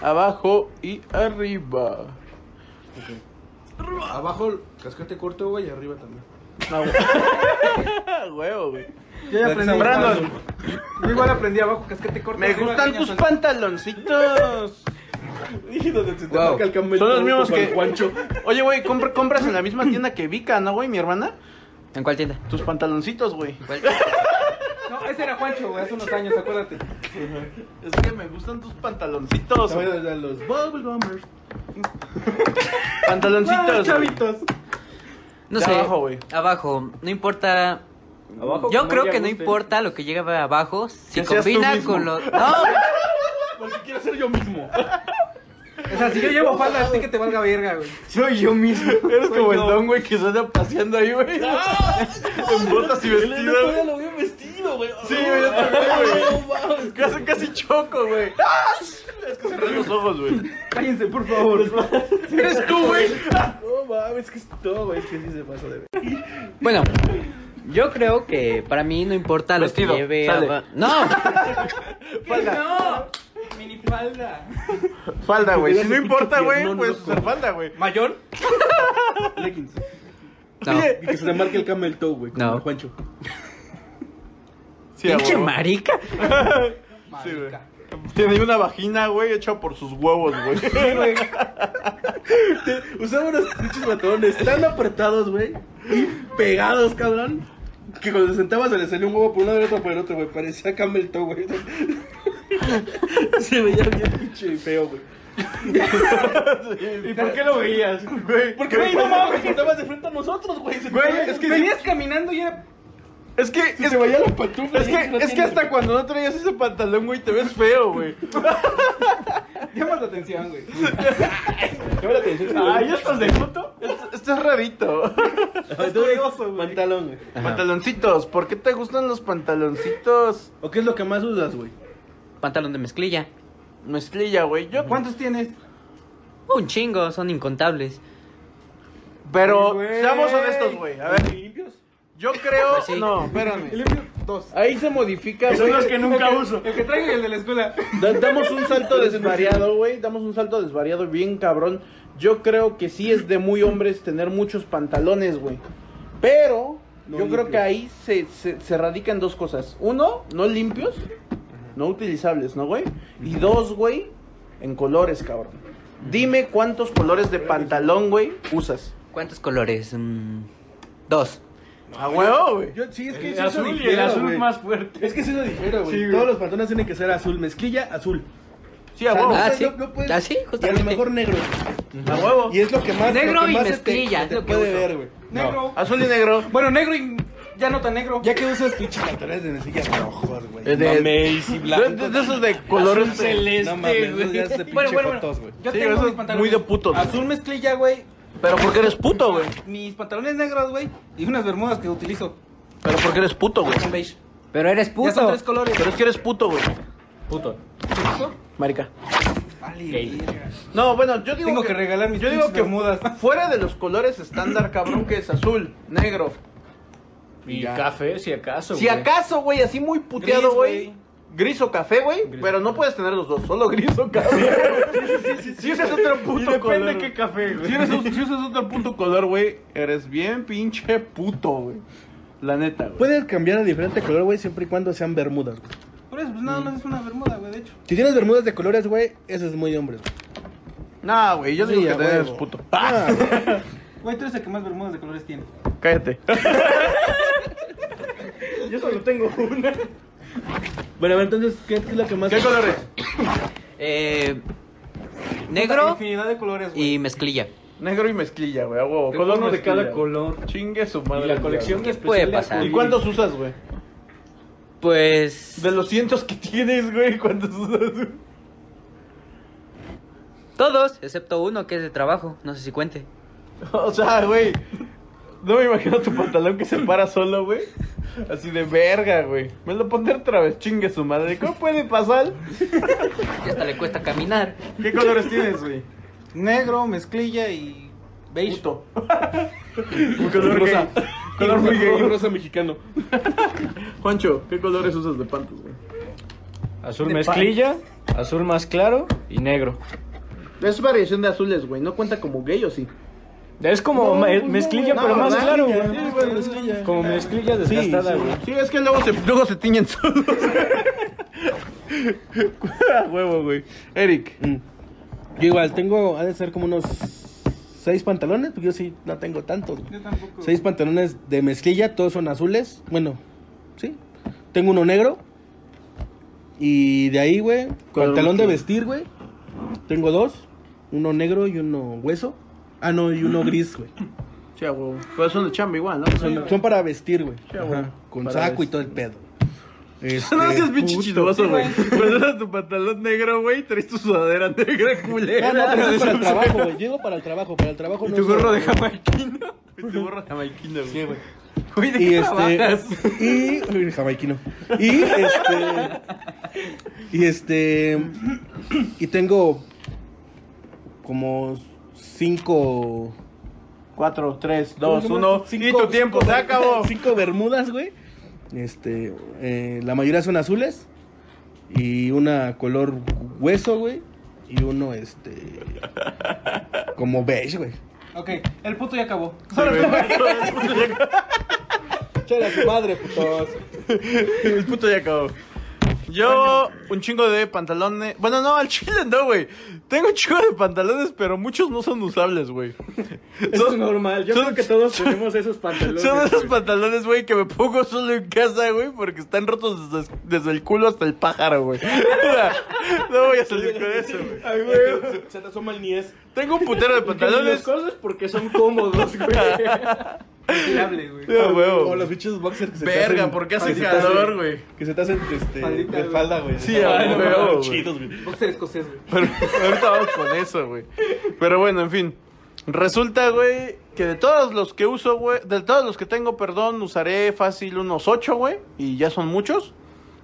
A: Abajo y arriba.
C: Abajo, casquete corto, güey, y arriba también.
A: No, güey. Huevo, güey.
B: Yo ya aprendí.
A: Brandon.
B: Yo igual aprendí abajo, casquete corto.
A: Me
B: arriba,
A: gustan
B: piña
A: tus
B: sol-
A: pantaloncitos.
E: Wow.
A: Son los mismos que. Oye, güey, compra- compras en la misma tienda que Vika, ¿no, güey, mi hermana?
E: ¿En cuál tienda?
A: Tus pantaloncitos, güey.
E: ¿Cuál?
B: No, ese era Juancho, güey, hace unos años, acuérdate.
A: Es que me gustan tus pantaloncitos. güey.
C: Los Bubble Bombers.
B: Ah,
A: Pantaloncitos. güey.
B: chavitos.
E: No
A: De
E: sé.
A: abajo, güey.
E: Abajo. No importa.
D: Abajo,
E: Yo
D: como
E: creo
D: ella
E: que no
D: guste.
E: importa lo que llega abajo si
A: Que seas tú
E: combina
A: mismo.
E: con los. No,
C: Porque quiero ser yo mismo.
B: O sea, si yo llevo falda, a ti que te valga verga, güey.
A: Soy yo mismo. Eres como el don, güey, que se anda paseando ahí, güey. en botas y
C: El
A: vestido.
C: otro día
A: güey.
C: lo veo vestido, güey.
A: Sí, güey, yo también,
C: No mames.
A: güey. Casi, casi choco, güey. ¡Ah! Es que cerré los ojos, güey.
B: Cállense, por favor.
A: Eres tú, güey.
C: No mames, que es todo, güey. Es que sí se pasó de ver.
E: Bueno, Yo creo que para mí no importa lo
F: Vestido,
E: que lleve.
F: sale.
E: aba- No,
B: ¡No! Minifalda.
A: Falda, güey. Si no
C: Pinche
A: importa, güey,
C: piernón
A: pues
C: loco.
A: usar falda, güey.
B: ¿Mayor?
C: Leggings.
E: no.
C: Y que se le marque el camel toe, güey. Como
E: No.
C: el Juancho.
A: Sí, a
E: Pinche
A: huevo.
E: marica.
A: Sí, güey.
B: Marica.
A: Tiene una vagina, güey, hecha por sus huevos, güey.
C: Usaba unos pinches batones tan apretados, güey. Y pegados, cabrón. Que cuando se sentaba se le salía un huevo por un lado y otro por el otro, güey. Parecía camel toe, güey. se veía bien pinche feo, güey.
D: ¿Y por qué lo veías?
A: Güey,
C: Porque
A: güey, no mames.
C: se sentabas de frente a nosotros, güey. Se
A: Güey,
C: te veía-
A: es que
B: Venías caminando y era.
A: Es que,
C: se
A: es,
C: te veía la pantufla.
A: es
C: güey,
A: que,
C: no
A: es que
C: tiene-
A: hasta cuando no traías ese pantalón, güey, te ves feo, güey.
B: Llamas la atención, güey.
C: Llama la atención, güey.
D: Ay, estos de foto.
A: Esto, esto es rarito.
C: Entonces, Pantalón, güey.
A: Pantaloncitos, ¿por qué te gustan los pantaloncitos?
C: ¿O qué es lo que más usas, güey?
E: Pantalón de mezclilla.
A: Mezclilla, güey. Yo,
B: ¿Cuántos tienes?
E: Un chingo, son incontables.
A: Pero,
B: Güey.
A: seamos honestos, güey. A ver,
C: ¿Limpios?
A: yo creo.
E: Sí.
A: No, espérame.
B: Limpio dos.
C: Ahí se modifica,
D: Son los que nunca
B: El que-
D: uso.
B: El que traigo y el de la escuela.
C: Da-
A: Damos un salto desvariado, güey. Damos un salto desvariado bien cabrón. Yo creo que sí es de muy hombres tener muchos pantalones, güey. Pero
C: No
A: yo creo
C: limpios.
A: que ahí se, se, se radican dos cosas. Uno, no limpios, no utilizables, ¿no, güey? Y dos, güey, en colores, cabrón. Dime cuántos colores de pantalón, güey, usas.
E: ¿Cuántos colores? Mm, dos.
A: A huevo, güey.
C: Yo, sí, es que
D: El
C: sí eso
D: azul y el
C: difiero,
D: azul
C: güey.
D: más fuerte.
C: Es que sí eso difiere, güey.
D: Sí, güey.
C: Todos los pantalones tienen que ser azul, mezclilla, azul.
A: Sí, a
C: O sea,
A: huevo.
C: no
E: Ah,
C: puedes-
E: sí.
C: no- no puedes-
E: Ah, sí,
C: Y a
E: justamente.
C: lo mejor negro.
A: A huevo.
C: Y es lo que más
E: Negro
C: lo que
E: y
C: más se te-
E: mezclilla,
C: se
E: es
C: te
E: lo que
C: puede
E: uso.
C: ver, güey.
B: Negro.
A: Azul y negro.
B: Bueno, negro y ya no tan negro.
C: Ya que usas pinches pantalones de mezclilla rojos, güey.
A: De, de, de- de esos de colores
C: No mames, esos ya es de
B: Bueno,
C: pinche
B: bueno, bueno.
C: fotos, güey.
B: Yo
A: Sí,
B: tengo
A: eso
B: mis
A: es
B: pantalones.
A: muy de putos, güey.
B: Azul mezclilla, güey.
A: Pero porque eres puto, güey.
B: Mis pantalones negros, güey. Y unas bermudas que utilizo.
A: Pero porque eres puto, güey.
B: Son beige.
E: Pero eres
B: Ya son
E: puto.
B: tres colores.
A: Pero es que eres puto, güey.
D: Puto.
A: Marica.
B: Vale,
D: Gay.
B: verga.
A: No, bueno, yo digo
B: Tengo que regalar mis
A: Yo digo
B: pinches
A: que
B: bermudas.
A: fuera de los colores estándar, cabrón, que es azul, negro.
D: Y
C: Ya.
D: café, si acaso.
A: Si
D: güey.
A: acaso, güey, así muy puteado,
B: Gris,
A: güey.
B: güey.
A: Gris o café, güey,
D: Gris.
A: pero no puedes tener los dos, solo gris o café. Si ese es otro puto
D: Y depende
A: color.
D: qué café, güey.
A: Si eres un- si usas otro puto color, güey, eres bien pinche puto, güey. La neta, güey.
C: Puedes cambiar a diferente color, güey, siempre y cuando sean bermudas, güey.
B: Por eso, pues
A: Mm.
B: nada más es una bermuda, güey, de hecho.
C: Si tienes bermudas de colores, güey, eso es muy hombre, güey.
A: Nah, güey, yo digo
C: Sí,
A: que
C: a
A: también eres
C: huevo.
A: puto.
C: Ah, güey.
B: Güey, tú eres el que más bermudas de colores tiene.
A: Cállate.
D: Yo solo tengo una.
C: Bueno, a ver, entonces, ¿qué es lo que más...
A: ¿Qué colores?
E: Eh, negro
B: Infinidad de colores, güey.
E: y mezclilla.
A: Negro y mezclilla, güey, a huevo.
D: Color de
A: mezclilla.
D: cada color.
A: Chingue su
D: Y
A: madre.
D: la colección
E: ¿Qué
D: especial
E: puede
D: de
E: pasar?
D: azul.
A: ¿Y cuántos usas, güey?
E: Pues
A: De los cientos que tienes, güey, ¿cuántos usas? güey?
E: todos, excepto uno que es de trabajo. No sé si cuente.
A: O sea, güey. No me imagino tu pantalón que se para solo, güey. Así de verga, güey. Me lo pondré otra vez, chingue su madre. ¿Cómo puede pasar?
E: Y hasta le cuesta caminar.
A: ¿Qué colores tienes, güey?
B: Negro, mezclilla y beige.
A: Puto.
C: color rosa.
A: Color muy gay.
C: rosa mexicano.
A: Juancho, ¿qué colores usas de pantos, güey?
D: Azul mezclilla, azul más claro y negro.
A: Es variación de azules, güey. ¿No cuenta como gay o sí?
D: Es como me- mezclilla, pero más claro, güey.
C: Sí, güey, mezclilla.
D: Como mezclilla desgastada, güey.
A: Sí, es que luego se, luego se tiñen solos. A huevo, güey. Eric.
C: Yo igual tengo, ha de ser como unos seis pantalones, porque yo sí no tengo tantos. güey.
B: Yo tampoco.
C: Seis pantalones de mezclilla, todos son azules. Bueno, sí. Tengo uno negro. Y de ahí, güey, pantalón de vestir, güey. Tengo dos. Uno negro y uno hueso. Ah, no, y uno gris, güey.
A: Sí, a huevo. Pero son de chamba igual, ¿no?
C: Son, son para vestir, güey.
A: Sí, güey.
C: Ajá, Con
A: Para
C: saco y
A: vestir.
C: todo el pedo.
A: No
C: Este,
A: seas pinche
C: puto.
A: chistoso, güey. Cuando usas tu pantalón negro, güey, traes tu sudadera negra culera.
C: Ah, no, pero eso es para el trabajo, güey. Llego para el trabajo, para el trabajo
A: Y
C: no
A: tu
C: uso-
A: gorro de jamaiquino. Y tu gorro de jamaiquino, güey.
C: güey.
A: Güey, ¿de
C: y
A: qué
C: este
A: trabajas?
C: y uy, jamaiquino y este y este y tengo como cinco
A: 4, 3, 2,
C: Cinco-
A: 1. Y tu tiempo se
C: cinco-
A: acabó.
C: Cinco bermudas, güey. Este, eh, la mayoría son azules. Y una color hueso, güey. Y uno, este. Como beige, güey.
B: Ok, el puto ya acabó.
C: Chale a su madre, putos.
A: El puto ya acabó. Yo, un chingo de pantalones. Bueno, no, al chile no, güey. Tengo un chingo de pantalones, pero muchos no son usables, güey.
D: Eso es normal. Yo
A: son-
D: creo que todos tenemos esos pantalones.
A: Son esos
D: güey.
A: pantalones, güey, que me pongo solo en casa, güey, porque están rotos desde, desde el culo hasta el pájaro, güey. O sea, no voy a salir con eso, güey.
D: Ay, güey.
C: Se te asoma el niés.
A: Tengo un putero de
D: Pantalones
A: pantalones.
D: cosas porque son cómodos, güey.
B: Fiable, güey.
A: Ya,
C: Como
A: güey.
C: los bichos boxers que se te
A: Verga,
C: hacen-
A: porque
C: que
A: hace
C: se te hacen-
A: calor, güey.
C: Que se te hacen este,
B: Faldita,
C: de
B: güey.
C: falda, güey.
A: Sí, a
C: Ay, no
A: huevo,
C: mames,
A: güey.
C: chidos, güey.
B: Boxer escocés, güey.
A: Pero ahorita vamos con eso, güey. Pero bueno, en fin. Resulta, güey, que de todos los que uso, güey, de todos los que tengo, perdón, usaré fácil unos ocho, güey, y ya son muchos.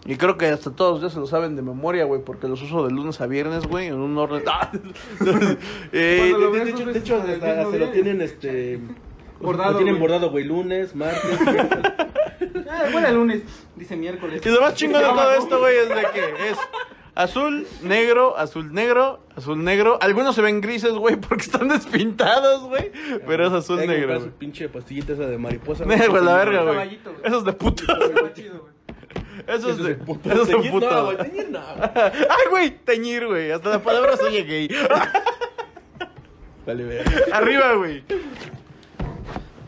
A: Y creo que hasta todos ya se lo saben de memoria, güey, porque los uso de lunes a viernes, güey, en un orden. ¡Ah! Eh,
B: Cuando lo
C: De
B: ves
C: hecho,
B: dos
C: de hecho,
B: veces al mismo
C: hasta, hasta lo
B: día.
C: tienen este.
B: Bordado,
C: Lo tienen
B: güey.
C: bordado, güey. Lunes, martes.
B: Ah, bueno, el lunes, dice miércoles.
A: Y lo más chingón de
B: Ya
A: todo
B: bajó.
A: esto, güey, es de que es azul, negro, azul, negro, azul, negro. Algunos se ven grises, güey, porque están despintados, güey, pero es azul,
C: Hay que
A: negro.
C: comprar
A: güey.
C: su pinche pastillita esa de mariposa.
A: Negro, güey, Pues, la verga, güey.
B: Caballito, güey.
A: Eso es de puta.
B: Está más chido, güey.
A: Eso es de puta.
C: Puta,
A: Eso es de
C: teñir,
A: puta.
C: no, güey,
A: güey.
C: teñir, no.
A: Ay, güey, teñir, güey. Hasta la palabra soy gay.
C: Dale, ve.
A: Arriba, güey.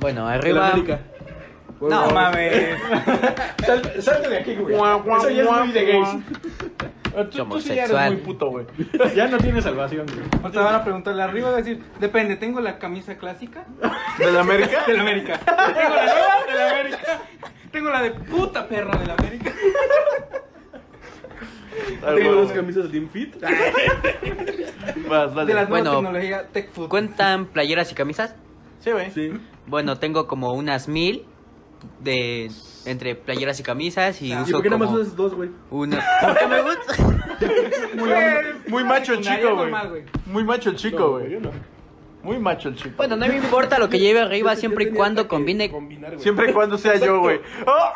E: Bueno, arriba.
B: No mames.
D: Sal- Salte de aquí, güey.
A: Guau, guau,
D: Eso ya es
A: guau,
D: muy de gays.
A: guau.
D: Tú, tú sí ya eres
E: Homosexual.
D: muy puto, güey. Ya no tienes salvación, güey.
B: Ahorita van a preguntarle arriba, va a decir, depende, ¿tengo la camisa clásica?
A: ¿De la América?
B: De la América. Tengo la nueva de la América. Tengo la de puta perra de la América.
A: Ay,
C: Tengo
A: güey.
C: dos camisas de Team Fit.
B: Ah,
A: Vas,
B: De las
A: dale.
B: nuevas
E: Bueno.
B: tecnologías Tech Food.
E: ¿Cuentan playeras y camisas?
A: Sí, güey.
C: Sí.
E: Bueno, tengo como unas mil de entre playeras y camisas y
B: Ah. ¿Y
C: ¿Y
E: uso
C: por qué nada más
E: como
C: usas dos, güey?
E: una. Porque me gusta.
B: Muy,
A: Muy macho el
B: secundaria
A: chico,
B: normal,
A: güey. Muy macho el
C: No,
A: chico,
C: yo
A: güey.
C: no.
A: Muy macho el chico.
E: Bueno, no me importa lo que lleve arriba
C: Yo- yo
E: siempre y
C: tenía
E: cuando
C: que
E: combine.
C: combinar, güey.
A: Siempre y cuando sea yo, güey. ¡Oh!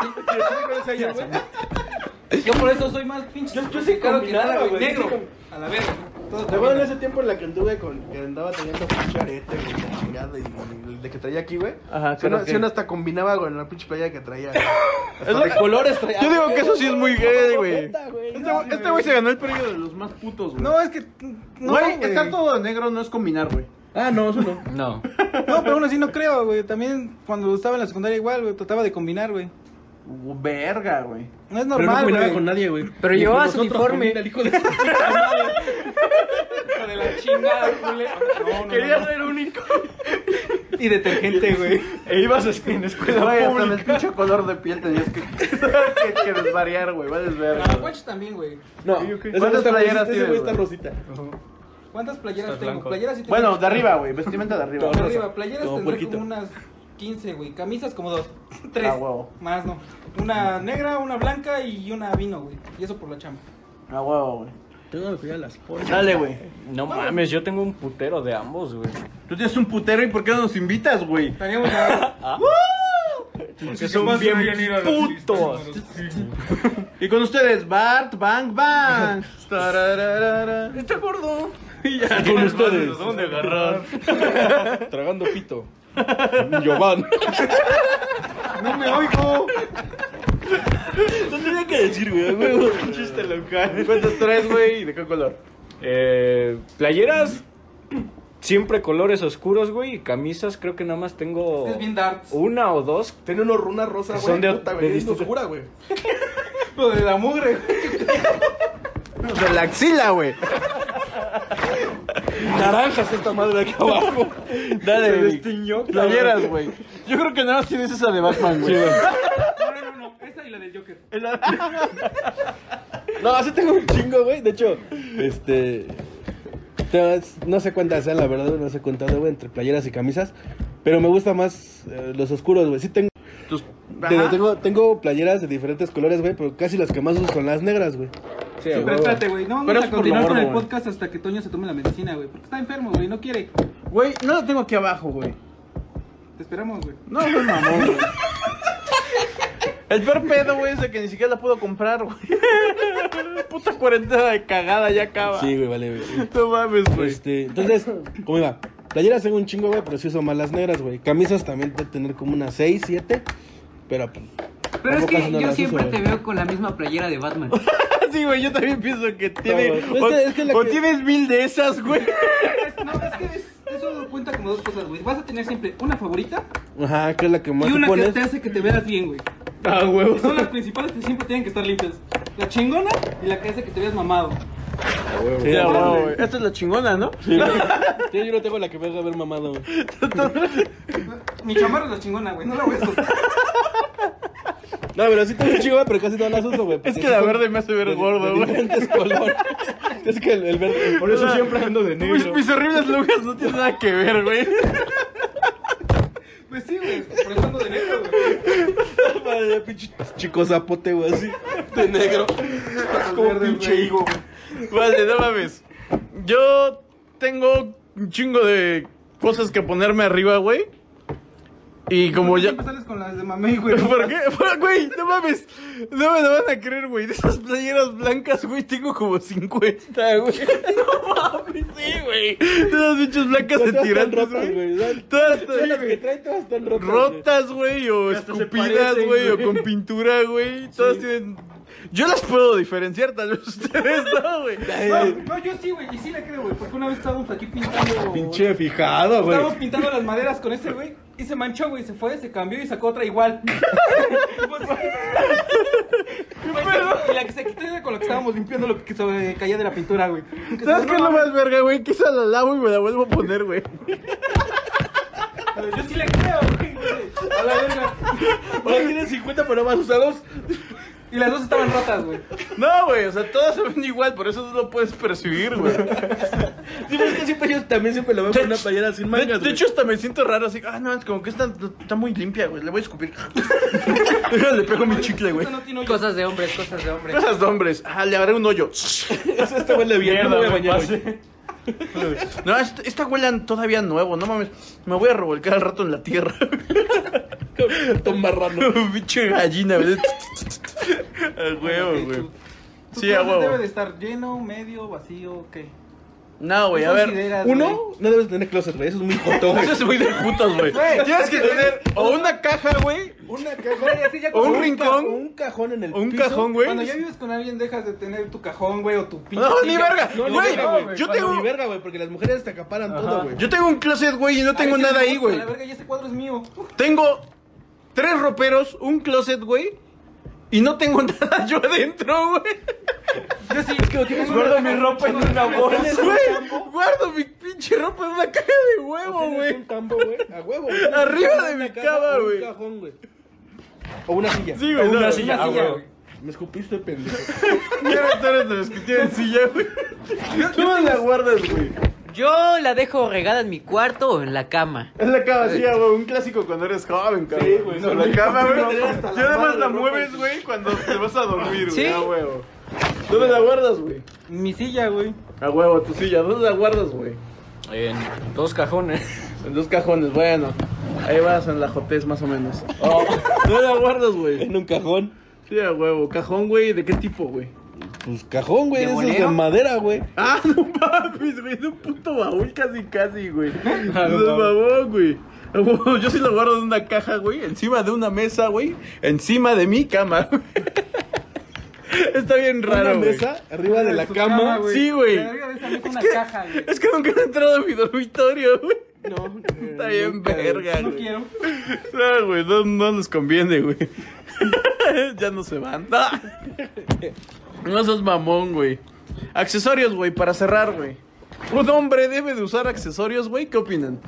B: Yo por eso soy más pinche.
C: Yo- yo sí
B: sofisticado
C: combinaba,
B: nada,
C: güey.
B: Negro.
C: Sí
B: A la verga. Todo
C: Me acuerdo en
B: combina.
C: ese tiempo en la que anduve con. que andaba teniendo pinche arete, güey, la chingada, y- y el de que traía aquí, güey.
A: Ajá,
C: Si
A: ¿pero
C: uno-
A: qué?
C: Si uno hasta combinaba con la pinche playa que traía. güey.
A: Es
C: Hasta de
A: la-
C: colores traía.
A: Yo digo que eso sí es muy gay, güey.
C: Neta, güey.
A: Este güey este güey se ganó el premio de los más putos, güey.
B: No, es que. No,
A: Güey,
B: güey.
A: estar todo de negro no es combinar, güey.
C: Ah, no, eso no.
E: No.
B: No, pero aún así no creo, güey. También cuando estaba en la secundaria igual, güey, trataba de combinar, güey.
A: Verga, güey.
B: No es
C: Pero no
B: normal,
C: combinaba
B: güey.
C: con nadie, güey.
E: Pero
C: Ni con
E: llevabas
C: nosotros
E: uniforme.
C: combina el hijo de su-
B: Hijo de la chingada, culero. No, no,
D: Quería
B: no.
D: ser único.
B: Y detergente, güey.
D: E ibas a- en escuela
A: Güey, hasta en el
D: pública.
A: pinche color de piel tenías que, que, que desvariar, güey. Vales verga.
B: Ah, Watch también, güey.
C: No,
A: Sí, ok.
C: ese güey
A: ¿Cuántas
C: está
A: playeras
C: rosita, ese
A: tienes,
C: güey está
A: güey?
C: rosita.
B: ¿Cuántas playeras
D: Estás
B: tengo?
D: blanco.
B: Playeras sí tengo.
A: Bueno, de arriba, güey. Vestimenta de arriba.
B: De arriba, playeras
C: Como
B: tendré
C: puerquito.
B: como unas 15, güey. Camisas como dos, tres.
A: Ah, huevo.
B: Más no. Una negra, una blanca y una vino, güey. Y eso por la chamba.
A: A huevo, güey.
C: Tengo que cuidar las porras.
A: Dale, güey.
D: No mames, yo tengo un putero de ambos, güey.
A: Tú tienes un putero y ¿por qué no nos invitas, güey?
B: Teníamos a...
D: Porque son bien putos.
A: Y con ustedes, Bart, Bang, Bang. Tarararara.
D: Está gordo.
A: Ya
C: con
A: tienes
C: ustedes.
A: más de dónde agarrar.
C: Tragando pito. Giovanni.
B: ¡No me oigo!
C: No tenía que decir, güey, güey.
A: Chiste local. ¿Cuántos tres, güey? ¿Y de qué color?
D: Eh, playeras, siempre colores oscuros, güey. Y camisas, creo que nada más tengo
B: Es bien darts.
D: una o dos.
C: Tiene unos runa rosa, güey.
D: Son de-
C: puta,
D: de
C: güey. Es
D: distinto-
C: oscura, güey.
B: Lo de la mugre.
A: De la axila, güey.
C: Naranjas esta madre aquí abajo.
A: Dale,
C: Se
A: güey.
C: destiñó.
A: Playeras, güey. Yo creo que nada más tienes esa de Batman, güey.
B: No, no, no, no. Esa y la del Joker.
C: No, así tengo un chingo, güey. De hecho, este. te- No sé cuántas sean, la verdad, güey, no sé cuántas, güey, entre playeras y camisas. Pero me gusta más eh, los oscuros, güey. Sí tengo,
A: Tus...
C: te-
A: Ajá.
C: tengo, tengo playeras de diferentes colores, güey, pero casi las que más uso son las negras, güey.
D: Sí,
B: Pero espérate, güey. No
A: Pero
B: vamos
A: es por lo
B: a continuar con
A: morbo,
B: el
A: güey.
B: podcast hasta que Toño se tome la medicina, güey. Porque está enfermo, güey. No quiere.
A: Güey, no lo tengo aquí abajo, güey.
B: Te esperamos, güey.
A: No, no, mamón, güey. El peor pedo, güey, es de que ni siquiera la puedo comprar, güey. Puta cuarentena de cagada ya acaba.
C: Sí, güey, vale, güey.
A: No mames, güey.
C: Este, entonces, ¿cómo iba? Playeras tengo un chingo, güey, pero sí uso malas negras, güey. Camisas también puedo tener como unas 6, 7. Pero, pues,
E: Pero es
C: tampoco
E: que
C: casi no
E: yo
C: las
E: siempre
C: uso,
E: te
C: güey.
E: veo con la misma playera de Batman.
A: Sí, güey, yo también pienso que tiene.
C: No, güey.
A: o
C: Es que- es que la
A: o
C: que-
A: tienes mil de esas, güey.
B: Es- No, es que es- eso cuenta como dos cosas, güey. Vas a tener siempre una favorita
C: Ajá, que es la que más
B: y
C: te
B: una que
C: pones.
B: te hace que te veas bien, güey.
A: Ah,
B: Que
A: huevo.
B: Son las principales que siempre tienen que estar limpias. La chingona y la que hace que te veas mamado.
C: Sí,
A: Ya,
C: güey.
A: huevo, güey. Esta es la chingona, ¿no?
C: Sí, güey. Sí, yo no tengo la que verga haber mamado, güey.
B: Mi chamarra es la chingona, güey. No la voy a soltar.
C: No, pero sí tengo un chingo, güey, pero casi no las uso, güey. porque
A: Es que
C: sí
A: la
C: son
A: verde me hace ver
C: de-
A: gordo,
C: de
A: güey.
C: diferentes colores. Es que el, el verde.
D: Por eso siempre ando de
A: Mis,
D: negro.
A: mis horribles lujas no tienen nada que ver, güey.
B: Pues sí, güey. Por eso ando de negro, güey.
C: Madre, pinche chico zapote, güey, así. De negro.
B: Como pinche higo, güey.
A: Vale, no mames. Yo tengo un chingo de cosas que ponerme arriba, güey. Y como ya.
B: Pues Siempre sales con las de mamey, güey.
A: ¿Por qué? Por- Güey, no mames. No me lo van a creer, güey. De esas playeras blancas, güey, tengo como 50, güey. No mames, sí, güey. De esas bichas blancas de
C: Todas están
A: tirantes,
C: rotas,
A: güey.
C: güey. Son-
A: Todas,
C: son las que
A: güey.
C: trae, todas están rotas. güey.
A: Rotas, güey, o
D: Hasta se
A: escupidas,
D: parecen,
A: güey, o
D: güey.
A: con pintura, güey. Todas tienen. Yo las puedo diferenciar, tal vez ustedes no, güey.
B: No, no, yo sí, güey. Y sí la creo, güey. Porque una vez estábamos aquí pintando.
C: Pinche fijado, güey.
B: Estábamos pintando las maderas con ese güey y se manchó, güey, se fue, se cambió y sacó otra igual. Pues, güey. y la que se quitó era con la que estábamos limpiando lo que se caía de la pintura, güey.
A: ¿Sabes qué es lo
B: No,
A: más verga, güey? Que esa la lavo y me la vuelvo a poner, güey.
B: Yo sí le creo, güey. A la verga.
C: Ahora tienen 50 pero más usados.
B: Y las dos estaban rotas, güey.
A: No, güey, o sea, todas se ven igual, por eso no lo puedes percibir, güey.
C: Sí, pero es que siempre yo también siempre lo veo con una playera sin
A: De,
C: mangas.
A: de
C: güey.
A: hecho, hasta me siento raro, así, ah, no, es como que está, está muy limpia, güey, le voy a escupir. le pego mi chicle, güey.
B: Esta no tiene hoyo.
E: cosas de hombres, cosas de hombres.
A: Cosas de hombres, ah, le habrá un hoyo.
C: este huele bien, no me voy a bañar hoy.
A: No, esta, esta huele todavía nuevo, no mames, me voy a revolcar al rato en la tierra.
C: Tom marrano.
A: Pinche gallina, güey. A huevo, güey.
B: Tu
A: Sí, a
B: closet Debe de
A: huevo.
B: estar lleno, medio, vacío, ¿qué?
A: No, güey, a
B: ¿Qué
A: ver.
B: consideras, güey?
C: Uno, no debes tener closet, güey. Eso es muy joto, güey.
A: Eso es muy de putos, güey.
B: Güey,
A: Tienes que tener o una caja, güey,
C: Una
B: Güey, así ya
A: o un
B: como-
A: rincón,
C: Un cajón en el
A: o un
C: piso.
A: cajón, güey.
B: Cuando ya vives con alguien dejas de tener tu cajón, güey, o tu pinche
A: No, ni
B: silla.
A: verga,
B: No, ni
A: güey.
B: verga,
A: Yo
C: Cuando
A: tengo-
C: ni verga, güey, porque las mujeres te acaparan todo, güey.
A: Yo tengo un closet, güey, y no tengo
B: Ay, sí,
A: nada
B: me
A: ahí,
B: gusta,
A: güey.
B: La verga, y ese cuadro es mío.
A: Tengo tres roperos, un closet, güey, y no tengo nada yo adentro, güey.
B: Yo sí, es que lo tienes
D: Guardo mi ropa en una bolsa.
A: Güey, guardo mi pinche ropa en una caja de huevo,
C: Tienes
A: güey.
C: un tambo, güey. A huevo. güey.
A: Arriba
C: Una
A: de mi
C: caja
A: cama,
C: o un
A: güey.
C: cajón, güey. O una silla. ah,
A: Sí, güey, no,
D: Una
A: silla.
D: silla, güey.
C: Me escupiste, pendejo.
A: Tú eres de los que tienen silla, güey. Tú no la guardas, güey.
E: Yo la dejo regada en mi cuarto o en la cama.
A: Es la cama, sí, güey, un clásico cuando eres joven, cabrón. Sí, güey. la cama, güey. Ya nada más la mueves, güey, cuando te vas a dormir, güey.
E: Sí.
A: A huevo. ¿Dónde la guardas, güey?
B: Mi silla, güey.
A: A huevo, tu silla. ¿Dónde la guardas, güey?
D: En dos cajones.
A: En dos cajones, bueno. Ahí vas en la jotez, más o menos. ¿Dónde la guardas, güey?
C: En un cajón.
A: Sí, a huevo. ¿Cajón, güey? ¿De qué tipo, güey?
C: Pues cajón, güey.
E: ¿De
C: Eso es de
E: bolero?
C: madera, güey.
A: Ah, no mames, güey. De un puto baúl casi, casi, güey.
C: Ah,
A: No babón, güey. A huevo, Yo sí la guardo en una caja, güey. Encima de una mesa, güey. Encima de mi cama, güey. Está bien
C: Una
A: raro, güey. Ah,
C: mesa arriba de la
B: Su
C: cama.
A: Sí, güey.
B: La verga de esa mesa es una
A: que-
B: caja, güey.
A: Es que nunca he entrado a mi dormitorio, güey.
C: No.
A: Está bien verga,
B: No
A: güey.
B: quiero.
A: No, güey, no, no nos conviene, güey. ya no se van. No, No sos mamón, güey. Accesorios, güey, para cerrar, güey. Un hombre debe de usar accesorios, güey. ¿Qué opinan?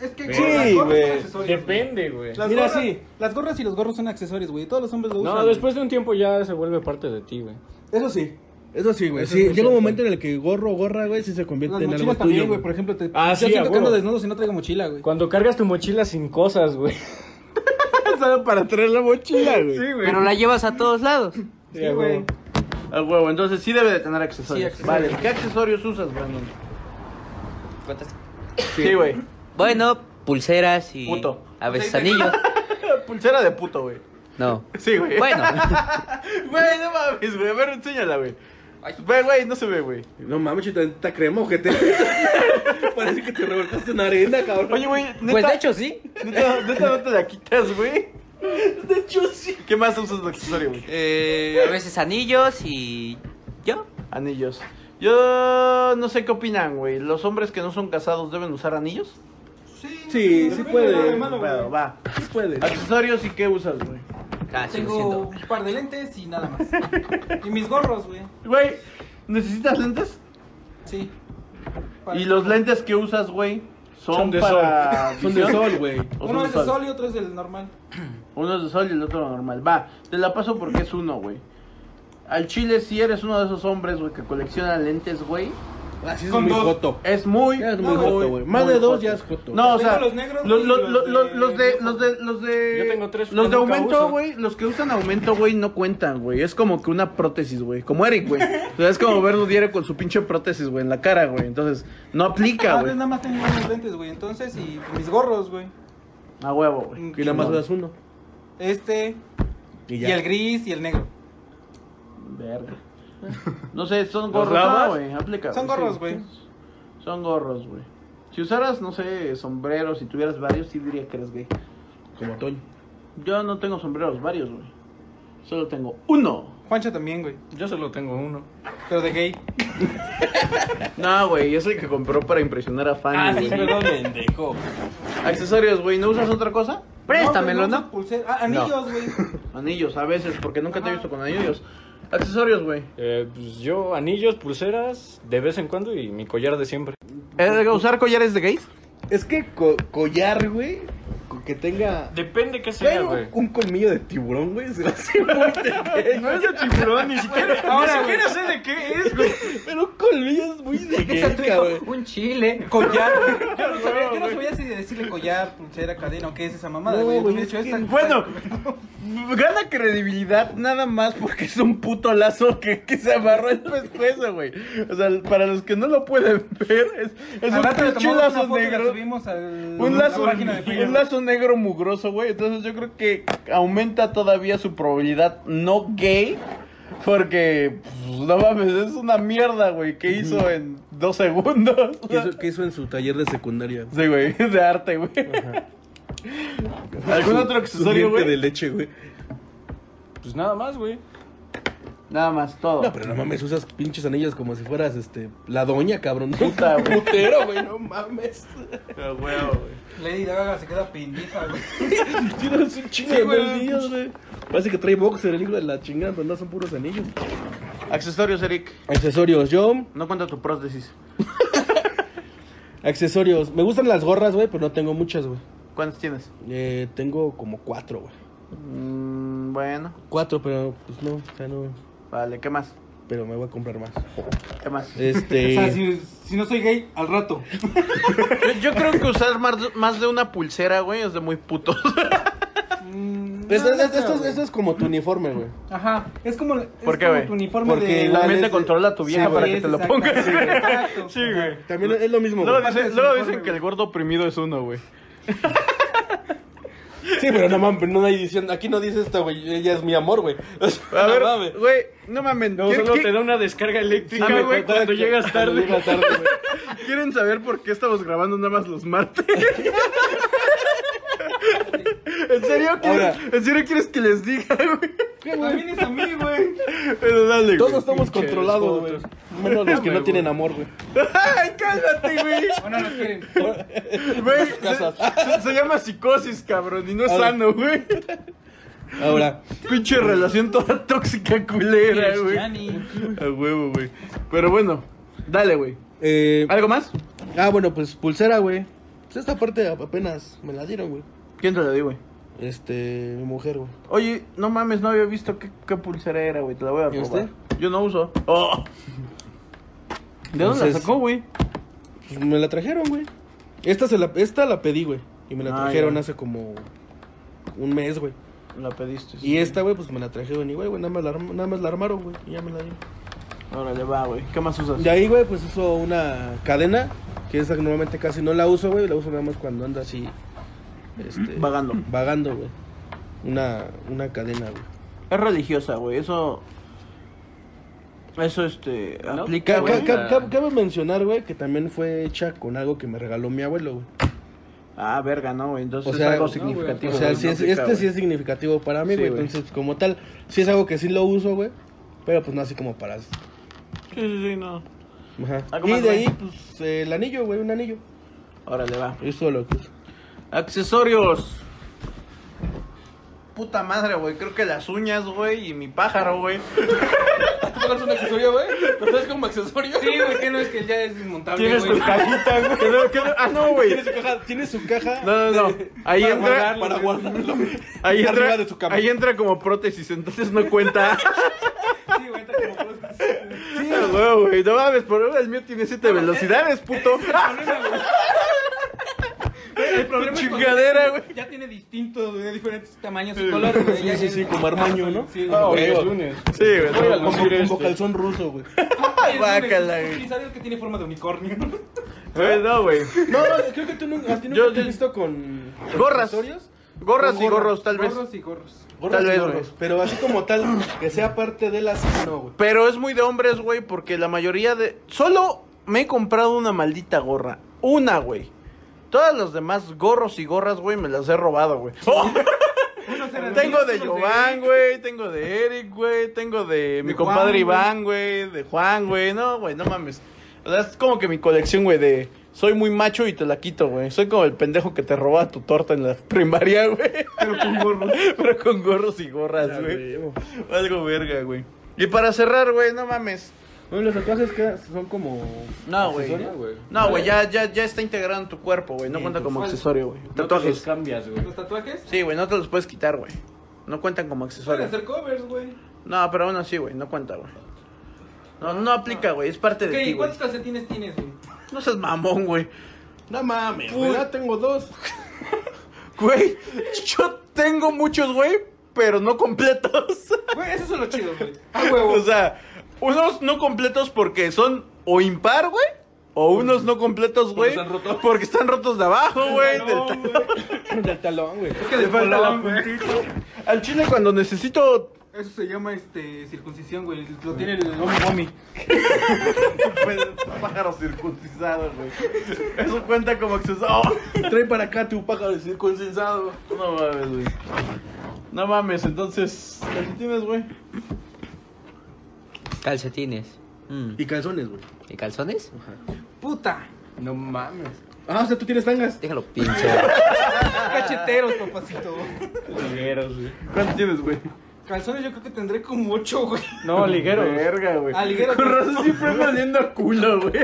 B: Es que
D: Sí,
B: las gorras son
C: güey.
B: accesorios,
D: Depende, güey.
B: Las
C: Mira,
B: gorras,
C: sí.
B: Las gorras y los gorros son accesorios, güey. Todos los hombres lo usan.
D: No,
B: güey.
D: después de un tiempo ya se vuelve parte de ti, güey.
C: Eso sí. Eso sí, güey. Sí, llega un momento en el que gorro o gorra, güey, sí se convierte
B: Las
C: en algo
B: mochilas
C: tuyo.
B: también, güey. Por ejemplo, te...
D: Ah, sí,
B: yo
D: a
B: siento que ando
D: huevo.
B: desnudo si no traigo mochila, güey.
D: Cuando cargas tu mochila sin cosas, güey.
A: Solo para traer la mochila, güey.
E: Pero la llevas a todos lados.
B: Sí, güey.
A: Ah, huevo, entonces sí debe de tener accesorios.
B: Sí, accesorios.
A: Vale, ¿qué accesorios usas, Brandon? Sí, güey.
E: Bueno, pulseras y
A: Puto.
E: a veces anillos.
A: Pulsera de puto, güey.
E: No.
A: Sí, güey.
E: Bueno,
A: Güey, no mames, güey. A ver, enséñala, güey. Ve, güey, no se ve, güey.
C: No mames, chita, esta crema, ojete. Parece que te revolcaste una arena, cabrón.
A: Oye, güey, neta.
E: pues de hecho sí.
A: Neta, neta no te la quitas, güey. De hecho, sí. ¿Qué más usas de accesorio, güey?
E: Eh, a veces anillos y yo.
A: Anillos. Yo no sé qué opinan, güey. ¿Los hombres que no son casados deben usar anillos?
B: Sí,
C: Sí, sí
B: depende
C: puede.
B: de lo de malo,
A: Bueno,
B: güey.
A: va.
C: Sí puede.
A: ¿Accesorios y qué usas, güey?
E: Ah, sí, lo
B: Tengo
E: siento.
B: un par de lentes y nada más. y mis gorros, güey.
A: Güey, ¿necesitas lentes?
B: Sí.
A: Y los lentes que usas, güey, son,
D: Son de
A: para...
C: Son de
A: visión?
C: sol, güey.
A: ¿O
B: Uno es de sol y otro es del normal.
A: Uno es de sol y el otro normal. Va, te la paso porque es uno, güey. Al chile, si eres uno de esos hombres, güey, que colecciona lentes, güey,
C: Así es
B: Con
C: muy
B: dos.
C: joto.
A: es muy.
C: Ya es muy
A: muy-
C: joto, güey. Más
A: muy
C: de dos
A: joto.
C: ya es joto.
A: No, o sea.
B: Tengo los negros,
A: los,
B: güey,
A: los,
B: y
A: los,
B: los
A: los,
B: de-
A: los de. Los de. Los de.
D: Yo tengo tres,
A: Los
D: que
A: de
D: nunca
A: aumento,
D: uso.
A: güey. Los que usan aumento, güey, no cuentan, güey. Es como que una prótesis, güey. Como Eric, güey. O sea, es como verlo diario con su pinche prótesis, güey, en la cara, güey. Entonces, no aplica,
B: Ah,
A: güey.
B: nada más tengo unos lentes, güey. Entonces, y mis gorros, güey.
A: A huevo, güey.
C: Y nada más das uno.
B: Este,
C: Y
B: y,
C: ya.
B: el gris y el negro.
A: Verga. No sé, son
D: ¿Los
A: gorros, ah,
D: lavas?
A: güey. Aplica.
B: Son
A: sí.
B: gorros, güey.
A: Son gorros, güey. Si usaras, no sé, sombreros, si tuvieras varios, sí diría que eres gay.
C: Como Toño.
A: Yo no tengo sombreros varios, güey. Solo tengo uno.
B: Juancho también, güey.
D: Yo solo tengo uno.
B: Pero de gay.
A: No, güey, es el que compró para impresionar a Fanny,
B: Ah,
D: Ah,
A: güey.
F: perdón, pendejo.
A: Accesorios, güey, ¿no usas otra cosa?
E: Préstamelo,
B: No,
E: ¿no?
B: pues, uso pulsera- Ah, anillos, güey.
A: Anillos, a veces, porque nunca te he
B: Ajá.
A: visto con anillos. Accesorios, güey.
D: Eh, pues yo anillos, pulseras, de vez en cuando y mi collar de siempre.
A: ¿Eh, ¿Usar collares de gays?
C: Es que co- collar, güey, co- que tenga...
D: Depende qué sea,
C: Pero
D: güey.
C: un colmillo de tiburón, güey, se lo hace muy pequeño.
D: No es de tiburón, ni siquiera,
B: Ahora,
D: ni siquiera sé de qué es, güey.
C: Pero un colmillo es muy de guerra, güey.
E: Un chile.
B: Collar, güey. Yo no sabía, yo no sabía si decirle collar, pulsera, cadena o qué es esa mamada,
C: No,
B: güey. Yo
C: güey,
B: hubiera
C: es
B: hecho
C: que-
B: esta-
A: Bueno,
C: Gana credibilidad nada más porque es un puto lazo que, que se amarró el pescuezo, güey.
A: o sea, para los que no lo pueden ver, es, es
B: Al
A: un
B: rato le
A: pinche
B: tomamos una
A: lazo
B: foto y la
A: negro.
B: subimos al-
A: Un
B: a la
A: lazo,
B: página de Facebook.
A: un lazo negro mugroso, güey. Entonces yo creo que aumenta todavía su probabilidad no gay. Porque, pues, no mames, es una mierda, güey, que hizo en dos segundos.
C: ¿Qué hizo, qué hizo en su taller de secundaria?
A: Sí, güey, de arte, güey. ¿Algún
C: Su-
A: otro
C: su
A: accesorio,
C: diente de
A: güey?
C: leche, güey.
D: Pues nada más, güey.
A: Nada más, todo.
C: No, pero no mames, usas pinches anillos como si fueras, este, la doña, cabrón.
A: Puta, güey.
C: Putero, güey, no mames.
A: oh,
B: Lady Gaga se queda pendeja, güey.
C: Tienes un chingo
B: Sí,
C: de
B: güey.
C: anillos, güey. Parece que trae boxer el hijo de la chingada, pero no son puros anillos.
A: Accesorios, Eric.
C: Accesorios, yo...
A: No cuenta tu prótesis.
C: Accesorios. Me gustan las gorras, güey, pero no tengo muchas, güey.
A: ¿Cuántos tienes?
C: Eh, tengo como cuatro, güey.
A: Mm, bueno,
C: Cuatro, pero pues no, o sea, no.
A: vale, ¿qué más?
C: Pero me voy a comprar más.
A: ¿Qué más?
B: O
C: Este.
B: sea, si, si no soy gay, al rato.
A: Yo, yo creo que usar más, más de una pulsera, güey, es de muy puto.
B: Mm,
C: Pues,
B: no,
C: es-
B: no
C: es-
B: creo,
C: esto, es-
B: güey.
C: esto es como tu uniforme, güey.
B: Ajá, es como, es
A: ¿Por qué,
B: como
A: güey?
B: tu uniforme
C: Porque
B: de...
C: igual-
A: También te
C: es-
A: controla tu vieja
B: Sí,
A: para
B: güey,
A: que te lo
B: exacto,
A: pongas.
B: sí, exacto.
A: Sí, güey.
C: También es lo mismo,
A: Luego,
C: güey.
A: dice-
B: Aparte de su
A: luego
B: uniforme,
A: dicen que
B: güey.
A: el gordo oprimido es uno, güey.
C: Sí, pero no mames, no hay diciendo. Aquí no dice esta, güey. Ella es mi amor, güey. O sea,
A: A
C: no
A: ver,
C: mames.
A: güey, no mames.
D: No,
A: ¿Qué-
D: solo
A: qué-
D: te da una descarga
C: Ah,
D: eléctrica,
C: me
D: güey,
C: contaba
D: cuando
C: que-
D: llegas
C: cuando
D: tarde.
C: llegas tarde, güey.
A: ¿Quieren saber por qué estamos grabando nada más los martes? ¿En serio,
C: Ahora.
A: quieres, ¿En serio quieres que les diga, güey?
B: También es a mí, güey.
A: Pero dale,
C: Todos
A: güey.
C: estamos
D: Pinches
C: controlados, güey.
D: jotos.
C: Menos los que
D: Me
C: no
D: voy.
C: tienen amor, güey.
A: ¡Ay, cálmate, güey!
B: O no nos quieren.
A: Güey, se, se- se llama psicosis, cabrón, y no es
C: Ahora.
A: sano, güey.
C: Ahora,
A: Pinche relación toda tóxica culera, güey.
B: Cristiani.
A: A huevo, güey. Pero bueno, dale, güey.
C: eh.
A: ¿Algo más?
C: Ah, bueno, pues pulsera, güey. Pues esta parte apenas me la dieron, güey.
A: ¿Quién te lo dio, güey?
C: Este, mi mujer, güey.
A: Oye, no mames, no había visto qué, qué pulsera era, güey. Te la voy a
C: ¿Y este?
A: robar.
C: usted?
A: Yo no uso. Oh. ¿De dónde
C: Entonces-
A: la sacó, güey?
C: Pues me la trajeron, güey. Esta, se la, esta la pedí, güey. Y me la
A: Ah,
C: trajeron
A: ya.
C: hace como un mes, güey.
A: La pediste.
C: Y esta, güey, pues me la trajeron igual, güey. Nada más la, arm- nada más la armaron, güey. Y ya me la dieron.
A: Órale, va, güey. ¿Qué más usas?
C: De ahí, güey, pues uso una cadena que esa normalmente casi no la uso, güey. La uso nada más cuando ando así. Este,
F: Vagando.
C: Vagando, güey. Una, una cadena, güey.
F: Es religiosa, güey. Eso. Eso, este.
D: No,
F: Aplica,
C: Ca-
F: güey.
C: ca- ca- ca- Cabe mencionar, güey, que también fue hecha con algo que me regaló mi abuelo, güey.
F: Ah, verga, no, güey. Entonces
C: O sea,
F: es algo
C: no, güey,
F: significativo.
C: O sea,
F: güey,
C: sí
F: no
C: es-
F: aplica,
C: este sí
F: güey.
C: es significativo para mí,
F: Sí,
C: güey.
F: güey.
C: Entonces, como tal, sí es algo que sí lo uso, güey. Pero pues no así como para.
F: Sí, sí, sí, no.
C: Ajá.
F: ¿Algo
C: Y
F: más,
C: de
F: Ah, güey?
C: ahí, pues, eh, el anillo, güey, un anillo.
F: Órale, va.
C: Eso es lo que uso.
F: Accesorios. Puta madre, güey. Creo que las uñas, güey. Y mi pájaro, güey.
B: ¿Tú pagas un accesorio, güey? ¿Lo traes como accesorio? Sí, güey, que no es que ya es desmontable,
D: Tienes tu cajita, güey.
F: Que no, que no- Ah, no, güey.
C: Tiene su caja.
A: No, no, no. Ahí
B: Para
A: entra.
B: guardarlo,
A: para
B: güey.
A: guardarlo. Ahí
C: Arriba
A: entra,
C: de su cama.
A: ahí entra como prótesis, entonces no cuenta.
B: Sí, güey, está como pues,
A: Sí, güey, güey, no mames, por ahora el mío tiene siete
F: eh,
A: velocidades, puto.
B: El problema es cuando
A: Chingadera, güey.
B: Ya tiene distintos, güey, diferentes tamaños y colores, güey. ya
C: Sí, sí,
B: es-
C: sí, como armaño, ¿no?
B: Sí,
D: Ah,
B: güey.
D: hoy
C: Creo.
D: es lunes.
A: Sí, güey. no
D: Voy a
A: mames.
C: Como,
D: lucir
C: como
D: este.
C: calzón ruso, güey.
B: Ay,
F: Guácala,
B: es
F: güey.
B: un utilizar el que tiene forma de unicornio.
A: Güey, no, güey.
C: No, no, creo que tú nunca, a ti nunca
A: Yo-
C: te he
A: yo-
C: visto con...
A: Gorras.
C: accesorios.
A: Gorras y
C: Gorra.
A: gorros, tal vez.
B: Gorros y gorros.
C: Gorras
A: Tal
C: y
A: vez,
C: gorros,
A: güey.
C: Pero así como tal, que sea parte de las... No, güey.
F: Pero es muy de hombres, güey, porque la mayoría de... Solo me he comprado una maldita gorra. Una, güey. Todas las demás gorros y gorras, güey, me las he robado, güey. ¡Oh!
B: Unos eran
A: Tengo de
B: unos
A: Giovanni, güey, tengo de Eric, güey, tengo de mi
B: De
A: compadre
B: Juan,
A: Iván, güey, de Juan, güey, no, güey, no mames. O sea, es como que mi colección, güey, de soy muy macho y te la quito, güey. Soy como el pendejo que te roba tu torta en la primaria, güey. Pero con gorros. Pero con gorros y gorras, güey. Algo verga, güey. Y para cerrar, güey, no mames.
C: Bueno, los tatuajes que son como...
F: No, güey. No, güey, ya, ya, ya está integrado en tu cuerpo, güey. No cuenta como accesorio, güey.
D: Tatuajes.
F: Tatuajes.
D: cambias, güey.
B: ¿Los tatuajes?
F: Sí, güey, no te los puedes quitar, güey. No cuentan como
B: Pueden
F: accesorio.
B: hacer covers, güey.
F: No, pero aún así, güey, no cuenta, güey. No, no aplica, güey, es parte de ti,
B: Ok,
F: güey.
B: ¿cuántos calcetines tienes, güey?
F: No seas mamón, güey.
C: No mames, güey. Ya tengo dos.
F: Güey, yo tengo muchos, güey, pero no completos.
B: Güey, esos son los chidos, güey.
F: Ah, O sea, unos no completos porque son o impar, güey, o unos no completos, güey,
B: están rotos.
F: porque están rotos de abajo, güey. del
B: No,
F: ta-
B: güey.
C: Del talón, güey.
B: Es que de falta la
A: Al chile cuando necesito
B: Eso se llama este circuncisión, güey. Lo tiene el homie
A: pues, pájaro circuncisado, güey. Eso cuenta como accesorio.
C: Trae para acá tu pájaro de circuncisado.
A: No mames, güey. No mames, entonces, calcetines, güey.
E: Calcetines. Mm.
C: Y calzones, güey.
E: ¿Y calzones?
B: Puta.
C: No mames. Ah, o sea, tú tienes tangas.
E: Déjalo pinche.
B: Cacheteros, papacito.
D: Ligueros, güey.
A: ¿Cuántos tienes, güey?
B: Calzones yo creo que tendré como ocho, güey. Ah,
D: No, ligueros.
A: Verga, güey.
B: Alguero.
A: Con razón siempre me oliendo a culo, güey.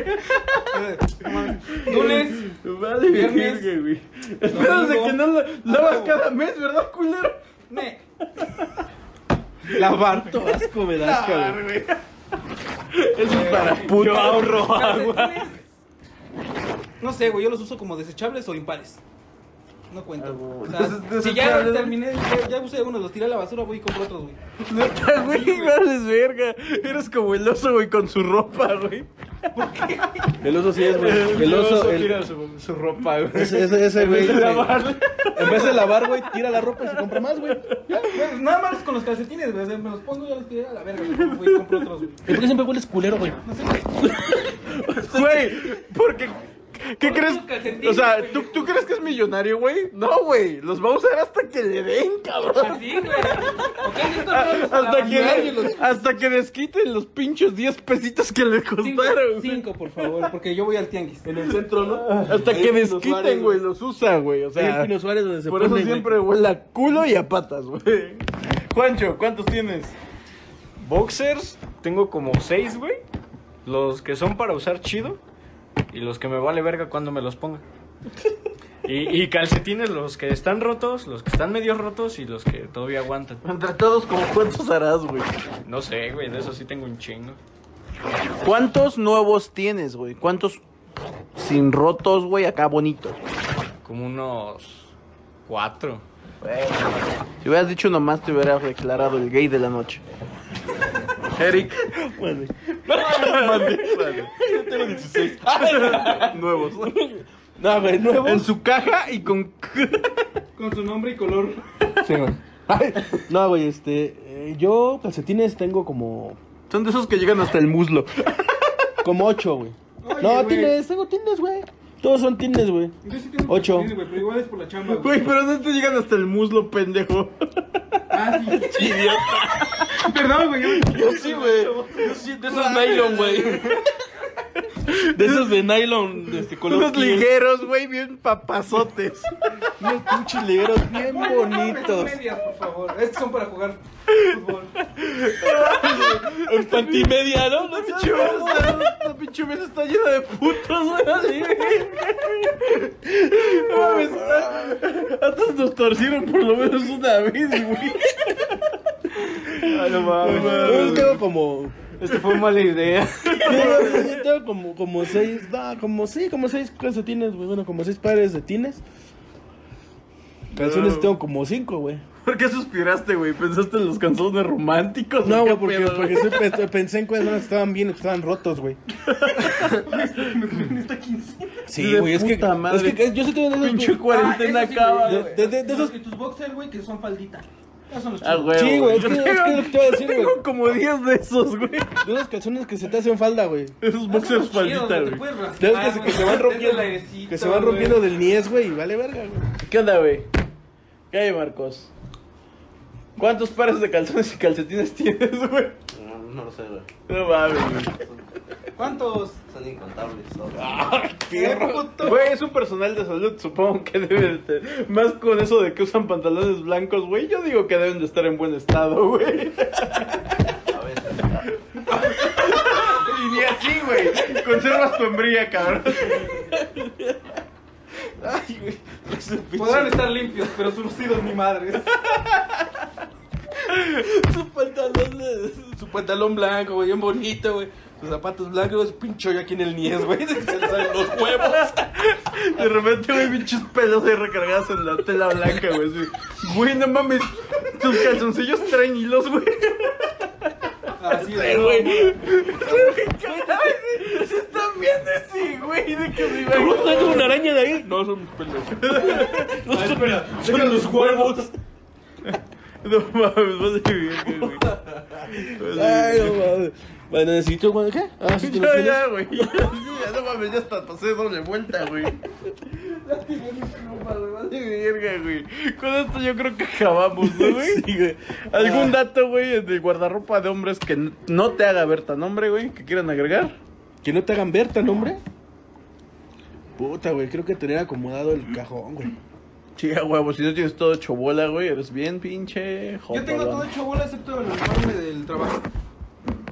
B: Lunes.
A: Vale,
B: Viernes.
A: verga, güey. Esperas de
B: Domingo.
A: que no la- lavas
B: Ah,
A: cada mes, ¿verdad, culero?
B: Ne.
C: Lavar. Todo asco me da asco, güey.
A: Eso es para puto. Yo ahorro
B: Calcetines. No sé, güey, yo los uso como desechables o impares. No cuento. O sea,
A: Ah, Entonces,
B: si ya
A: desechables.
B: terminé, ya, ya usé uno, los tiré a la basura, voy y compro otros, güey.
A: Neta,
B: Sí,
A: güey,
B: güey.
A: vales verga. Eres como el oso, güey, con su ropa, güey.
C: El oso sí es, güey. El oso. el-
D: tira su, su ropa, güey.
C: Ese, ese, ese, güey.
D: de
C: ese-
D: lavarla.
C: En vez de lavar, güey, tira la ropa y se compra más, güey.
B: Güey, Nada más con los calcetines, güey. o sea, Me los pongo, ya los tiré a la verga, güey. voy y compro otros, güey.
C: ¿Y por qué siempre hueles culero, güey?
B: No sé, güey.
A: Güey, porque. ¿Qué
B: Por
A: crees?
B: unos calcetines,
A: O sea,
B: güey.
A: ¿tú, ¿tú crees que es millonario, güey? No, güey. Los va a usar hasta que le den, cabrón.
B: Así, Pues güey. Ok, esto no los
A: Hasta que,
B: abandoné.
A: le- hasta que desquiten los pinches 10 pesitos que le
B: Cinco,
A: costaron. güey.
B: cinco, por favor, porque yo voy al tianguis.
C: En el centro, ¿no?
A: Hasta que desquiten, güey, los usa, güey. O
C: Ahí en
A: sea,
C: Pino Suárez donde se
A: por eso
C: pone, güey.
A: siempre huele a culo y a patas, güey. Juancho, ¿cuántos tienes?
D: Boxers, tengo como seis, güey. Los que son para usar chido. Y los que me vale verga cuando me los ponga. Y, y calcetines, los que están rotos, los que están medio rotos y los que todavía aguantan.
A: Entre todos, ¿como cuántos harás, güey?
D: No sé, güey, de eso sí tengo un chingo.
F: ¿Cuántos nuevos tienes, güey? ¿Cuántos sin rotos, güey, acá bonitos?
D: Como unos cuatro.
F: Si hubieras dicho nomás te hubieras declarado el gay de la noche.
G: Eric.
C: Vale.
G: Yo tengo 16. Nuevos.
C: No, güey, nuevo.
G: En su caja y con.
B: Con su nombre y color.
C: Sí, güey. Ay, No, güey, este. eh, yo calcetines tengo como.
G: Son de esos que llegan hasta el muslo.
C: Como ocho, güey.
B: Oye,
C: No,
B: güey.
C: tines, tengo tines, güey. Todos son tines, güey.
B: Yo sí tengo
C: Ocho.
B: calcetines, güey, pero igual es por la chamba, güey.
G: Güey, pero no te llegan hasta el muslo, pendejo.
B: Ah, sí. Perdón, güey. yo-
A: Yo sí, güey. Yo sí, de esos nylon, güey.
C: De esos de nylon, de este color.
G: Unos
C: piel.
G: ligueros, güey, bien papazotes.
C: Unos pinches ligueros bien
B: Son
C: bonitos.
B: medias, por favor. Estos son para jugar fútbol.
C: En pantimedia, ¿no? No
G: Pinche mesa, La pinche mesa está llena de putos, güey. así, güey. No mames,
C: Antes nos torcieron por lo menos una vez, güey.
G: Ah, no mames.
C: Yo tengo como.
G: Este
H: Esta fue mala idea.
C: Yo yo tengo como, como seis. No, como sí, como seis calcetines, güey. Bueno, como seis pares de tines. Calzones tengo como cinco, güey.
G: ¿Por qué suspiraste, güey? ¿Pensaste en los canzones
A: Pues,
G: románticos?
C: No,
G: ¿Qué
C: güey, porque,
G: pedo,
C: porque siempre est- pensé en cosas que estaban bien, que estaban rotos, güey. Sí,
B: Ah,
G: De
C: güey, es que,
G: puta madre.
C: es que yo sí tengo de esos
G: Pinche cuarentena
B: Ah, eso sí,
G: acaba,
B: güey.
G: güey.
C: de, de- de
B: Esos
C: esos...
B: que tus boxers, güey, que son faldita. Esos son los
G: Ah,
B: chidos.
G: güey.
C: Sí, güey, es
G: Yo
C: que, es que
G: tengo-
C: es lo que te voy a decir, güey.
G: Tengo como 10 de esos, güey.
C: De esos calzones que se te hacen falda, güey.
G: Esos
B: Esos son
G: boxers
B: los chidos,
G: faldita,
B: güey, te
G: güey.
B: puedes raspar,
C: De esos que se, que
B: güey, te
C: se van
B: da el
C: rompiendo,
B: airecito,
C: que se van
B: güey.
C: rompiendo del niés, güey, y vale verga, güey.
A: ¿Qué onda, güey? ¿Qué hay, Marcos? ¿Cuántos pares de calzones y calcetines tienes, güey?
I: No lo sé, güey.
A: No mames, güey.
B: ¿Cuántos?
I: Son incontables.
A: Güey, es un personal de salud, supongo que debe de tener. Más con eso de que usan pantalones blancos, güey. Yo digo que deben de estar en buen estado, güey.
I: A veces.
A: Y ni así, güey. Conservas tu hembría, cabrón. Ay, güey. Su
B: Podrán estar limpios, pero surcidos ni madres.
A: su pantalón, de- su pantalón blanco, güey, bien bonito, güey.
C: Los zapatos blancos, pincho yo aquí en el niés, güey. Se le salen los huevos.
A: De repente, güey, pinches pelos ahí recargados en la tela blanca, güey. así. Güey, no mames. Tus calzoncillos traen hilos, güey.
B: Así
A: Ay,
B: es.
A: güey. Ay, sí, sí están viendo ese, güey, de que me iba a-
C: tengo una araña de ahí?
G: No, son mis pelos.
C: Son los huevos.
A: No mames, vas a vivir, güey.
C: Ay, no mames. Bueno, necesito, güey, ¿qué? Ah, sí, te lo
A: Ya,
C: tienes.
A: ya, güey. Ya, ya, no mames, ya hasta pasé doble vuelta, güey. Ay, verga, güey. Con esto yo creo que acabamos, ¿no, güey? Ah.
C: Sí, güey.
A: ¿Algún dato, güey, de guardarropa de hombres que n- no te haga ver tan hombre, güey, que quieran agregar?
C: Que no te hagan ver tan hombre. Puta, güey, creo que tener acomodado el cajón, güey.
A: Sí, a huevo, si no tienes todo hecho bola, güey, eres bien pinche
B: Yo tengo todo hecho bola excepto el uniforme del trabajo.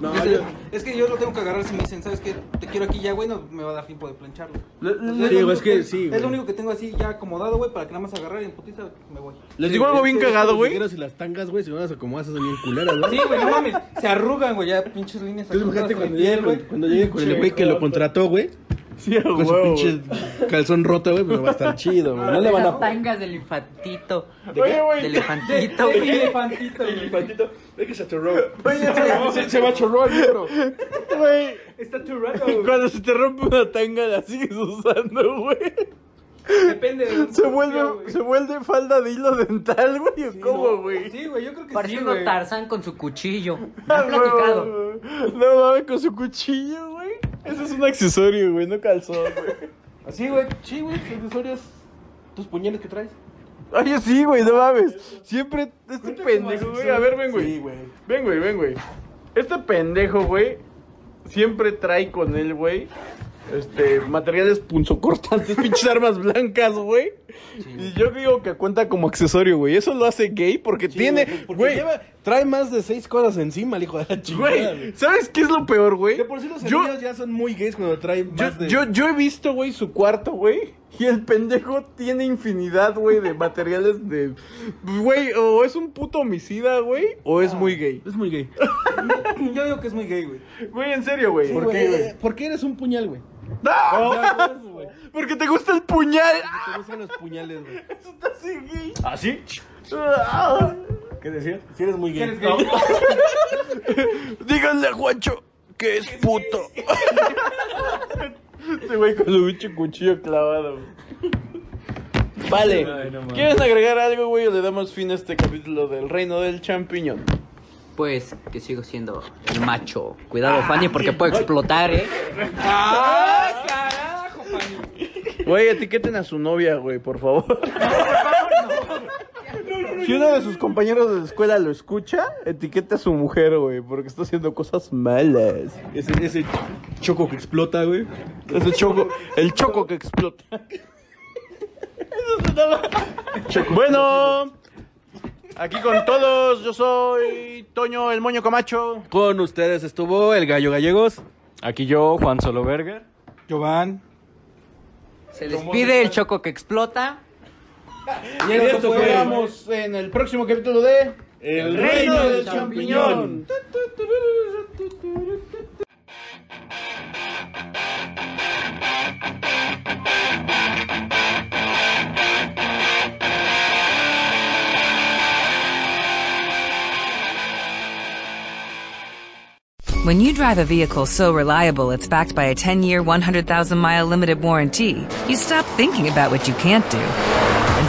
C: No,
B: Yo sé-
C: yo-
B: Es que yo lo tengo que agarrar si me dicen, ¿sabes qué? Te quiero aquí ya, güey, no me va a dar tiempo de plancharlo.
C: le-
B: lo
C: digo,
B: único
C: es que sí,
B: Es
C: güey.
B: lo único que tengo así ya acomodado, güey, para que nada más agarrar y en putiza me voy.
A: Les digo algo bien cagado,
C: Los
A: güey.
C: ligueros y las tangas, güey, si no las acomodas, esas bien culeras, güey.
B: Sí, güey, no mames. Se arrugan, güey, ya pinches líneas.
C: Entonces,
B: acomodadas
C: imagínate
B: en
C: cuando
B: el pie,
C: llegue, con- cuando llegue con el güey que lo contrató, güey.
A: Sí, a
C: Con su
A: huevo.
C: pinche calzón roto, güey, pero va a estar chido, güey. No le van
E: Las
C: a.
E: tangas del infantito.
A: qué? Oye, güey.
E: Del
B: De,
E: elefantito,
B: de mi
E: güey.
B: elefantito, güey.
C: Se, se va a chorrar, güey, pero.
A: Güey,
B: Está tu rato.
A: cuando se te rompe una tanga, la sigues usando, güey.
B: Depende. de-
A: Se
B: Sí, güey.
A: vuelve, se vuelve falda de hilo dental, güey. ¿o
B: Sí,
A: ¿Cómo,
B: no,
A: güey?
B: Sí, güey, yo creo que sí,
E: Pareciendo
B: güey.
E: Tarzán con su cuchillo. Me
A: Ah,
E: han platicado.
A: güey, güey. No mames, con su cuchillo, güey. Ese es un accesorio, güey, no calzón, güey.
C: Así, güey, sí, güey, tus accesorios, tus puñales que traes.
A: Oye, sí, güey, no mames. Siempre este pendejo, güey. A ver, ven,
C: Sí,
A: güey.
C: güey.
A: Ven, güey, ven, güey. Este pendejo, güey, siempre trae con él, güey, este, materiales punzocortantes, pinches armas blancas, güey. y yo digo que cuenta como accesorio, güey. Eso lo hace gay porque
C: Sí,
A: tiene,
C: porque
A: güey.
C: lleva- trae más de seis cosas encima, el hijo de la chingada.
A: Güey, ¿sabes qué es lo peor, güey?
C: Que por si los
A: yo,
C: anillos ya son muy gays cuando traen
A: yo,
C: más de...
A: yo, yo he visto, güey, su cuarto, güey. Y el pendejo tiene infinidad, güey, de materiales de... Güey, o es un puto homicida, güey, o es muy gay.
C: Ah, Es muy gay.
B: Yo digo que es muy gay, güey.
A: Güey, en serio, güey.
C: ¿Por qué, güey? ¿Por qué eres un puñal, güey?
A: ¡No!
C: güey.
A: Porque te gusta el puñal. Ah,
C: Te gustan los puñales, güey.
A: Eso está así, güey.
H: ¿Así?
A: Ah.
D: ¿Qué decías?
B: Si eres muy gay.
C: ¿Eres gay?
A: Díganle a Juancho que es puto. Este güey con su pinche cuchillo clavado. güey. Vale.
D: Ay, no mames.
A: ¿Quieres agregar algo, güey? O le damos fin a este capítulo del reino del champiñón.
E: Pues que sigo siendo el macho. Cuidado, Fanny, porque puedo explotar, ¿eh?
C: ¡Ah, carajo, Fanny!
A: Güey, etiqueten a su novia, güey, por favor. Si uno de sus compañeros de la escuela lo escucha, etiqueta a su mujer, güey, porque está haciendo cosas malas.
B: Ese, ese choco que explota, güey.
A: Es el choco, el choco que explota. Choco. bueno, aquí con todos, yo soy Toño el Moño Camacho.
B: Con ustedes estuvo el gallo gallegos.
D: Aquí yo, Juan Soloberger.
C: Giovanni.
E: Se despide el choco que explota.
A: Y esto fue. Nos vemos en el próximo capítulo de El Reino del Champiñón.
J: When you drive a vehicle so reliable it's backed by a 10 year, 100,000 mile limited warranty, you stop thinking about what you can't do and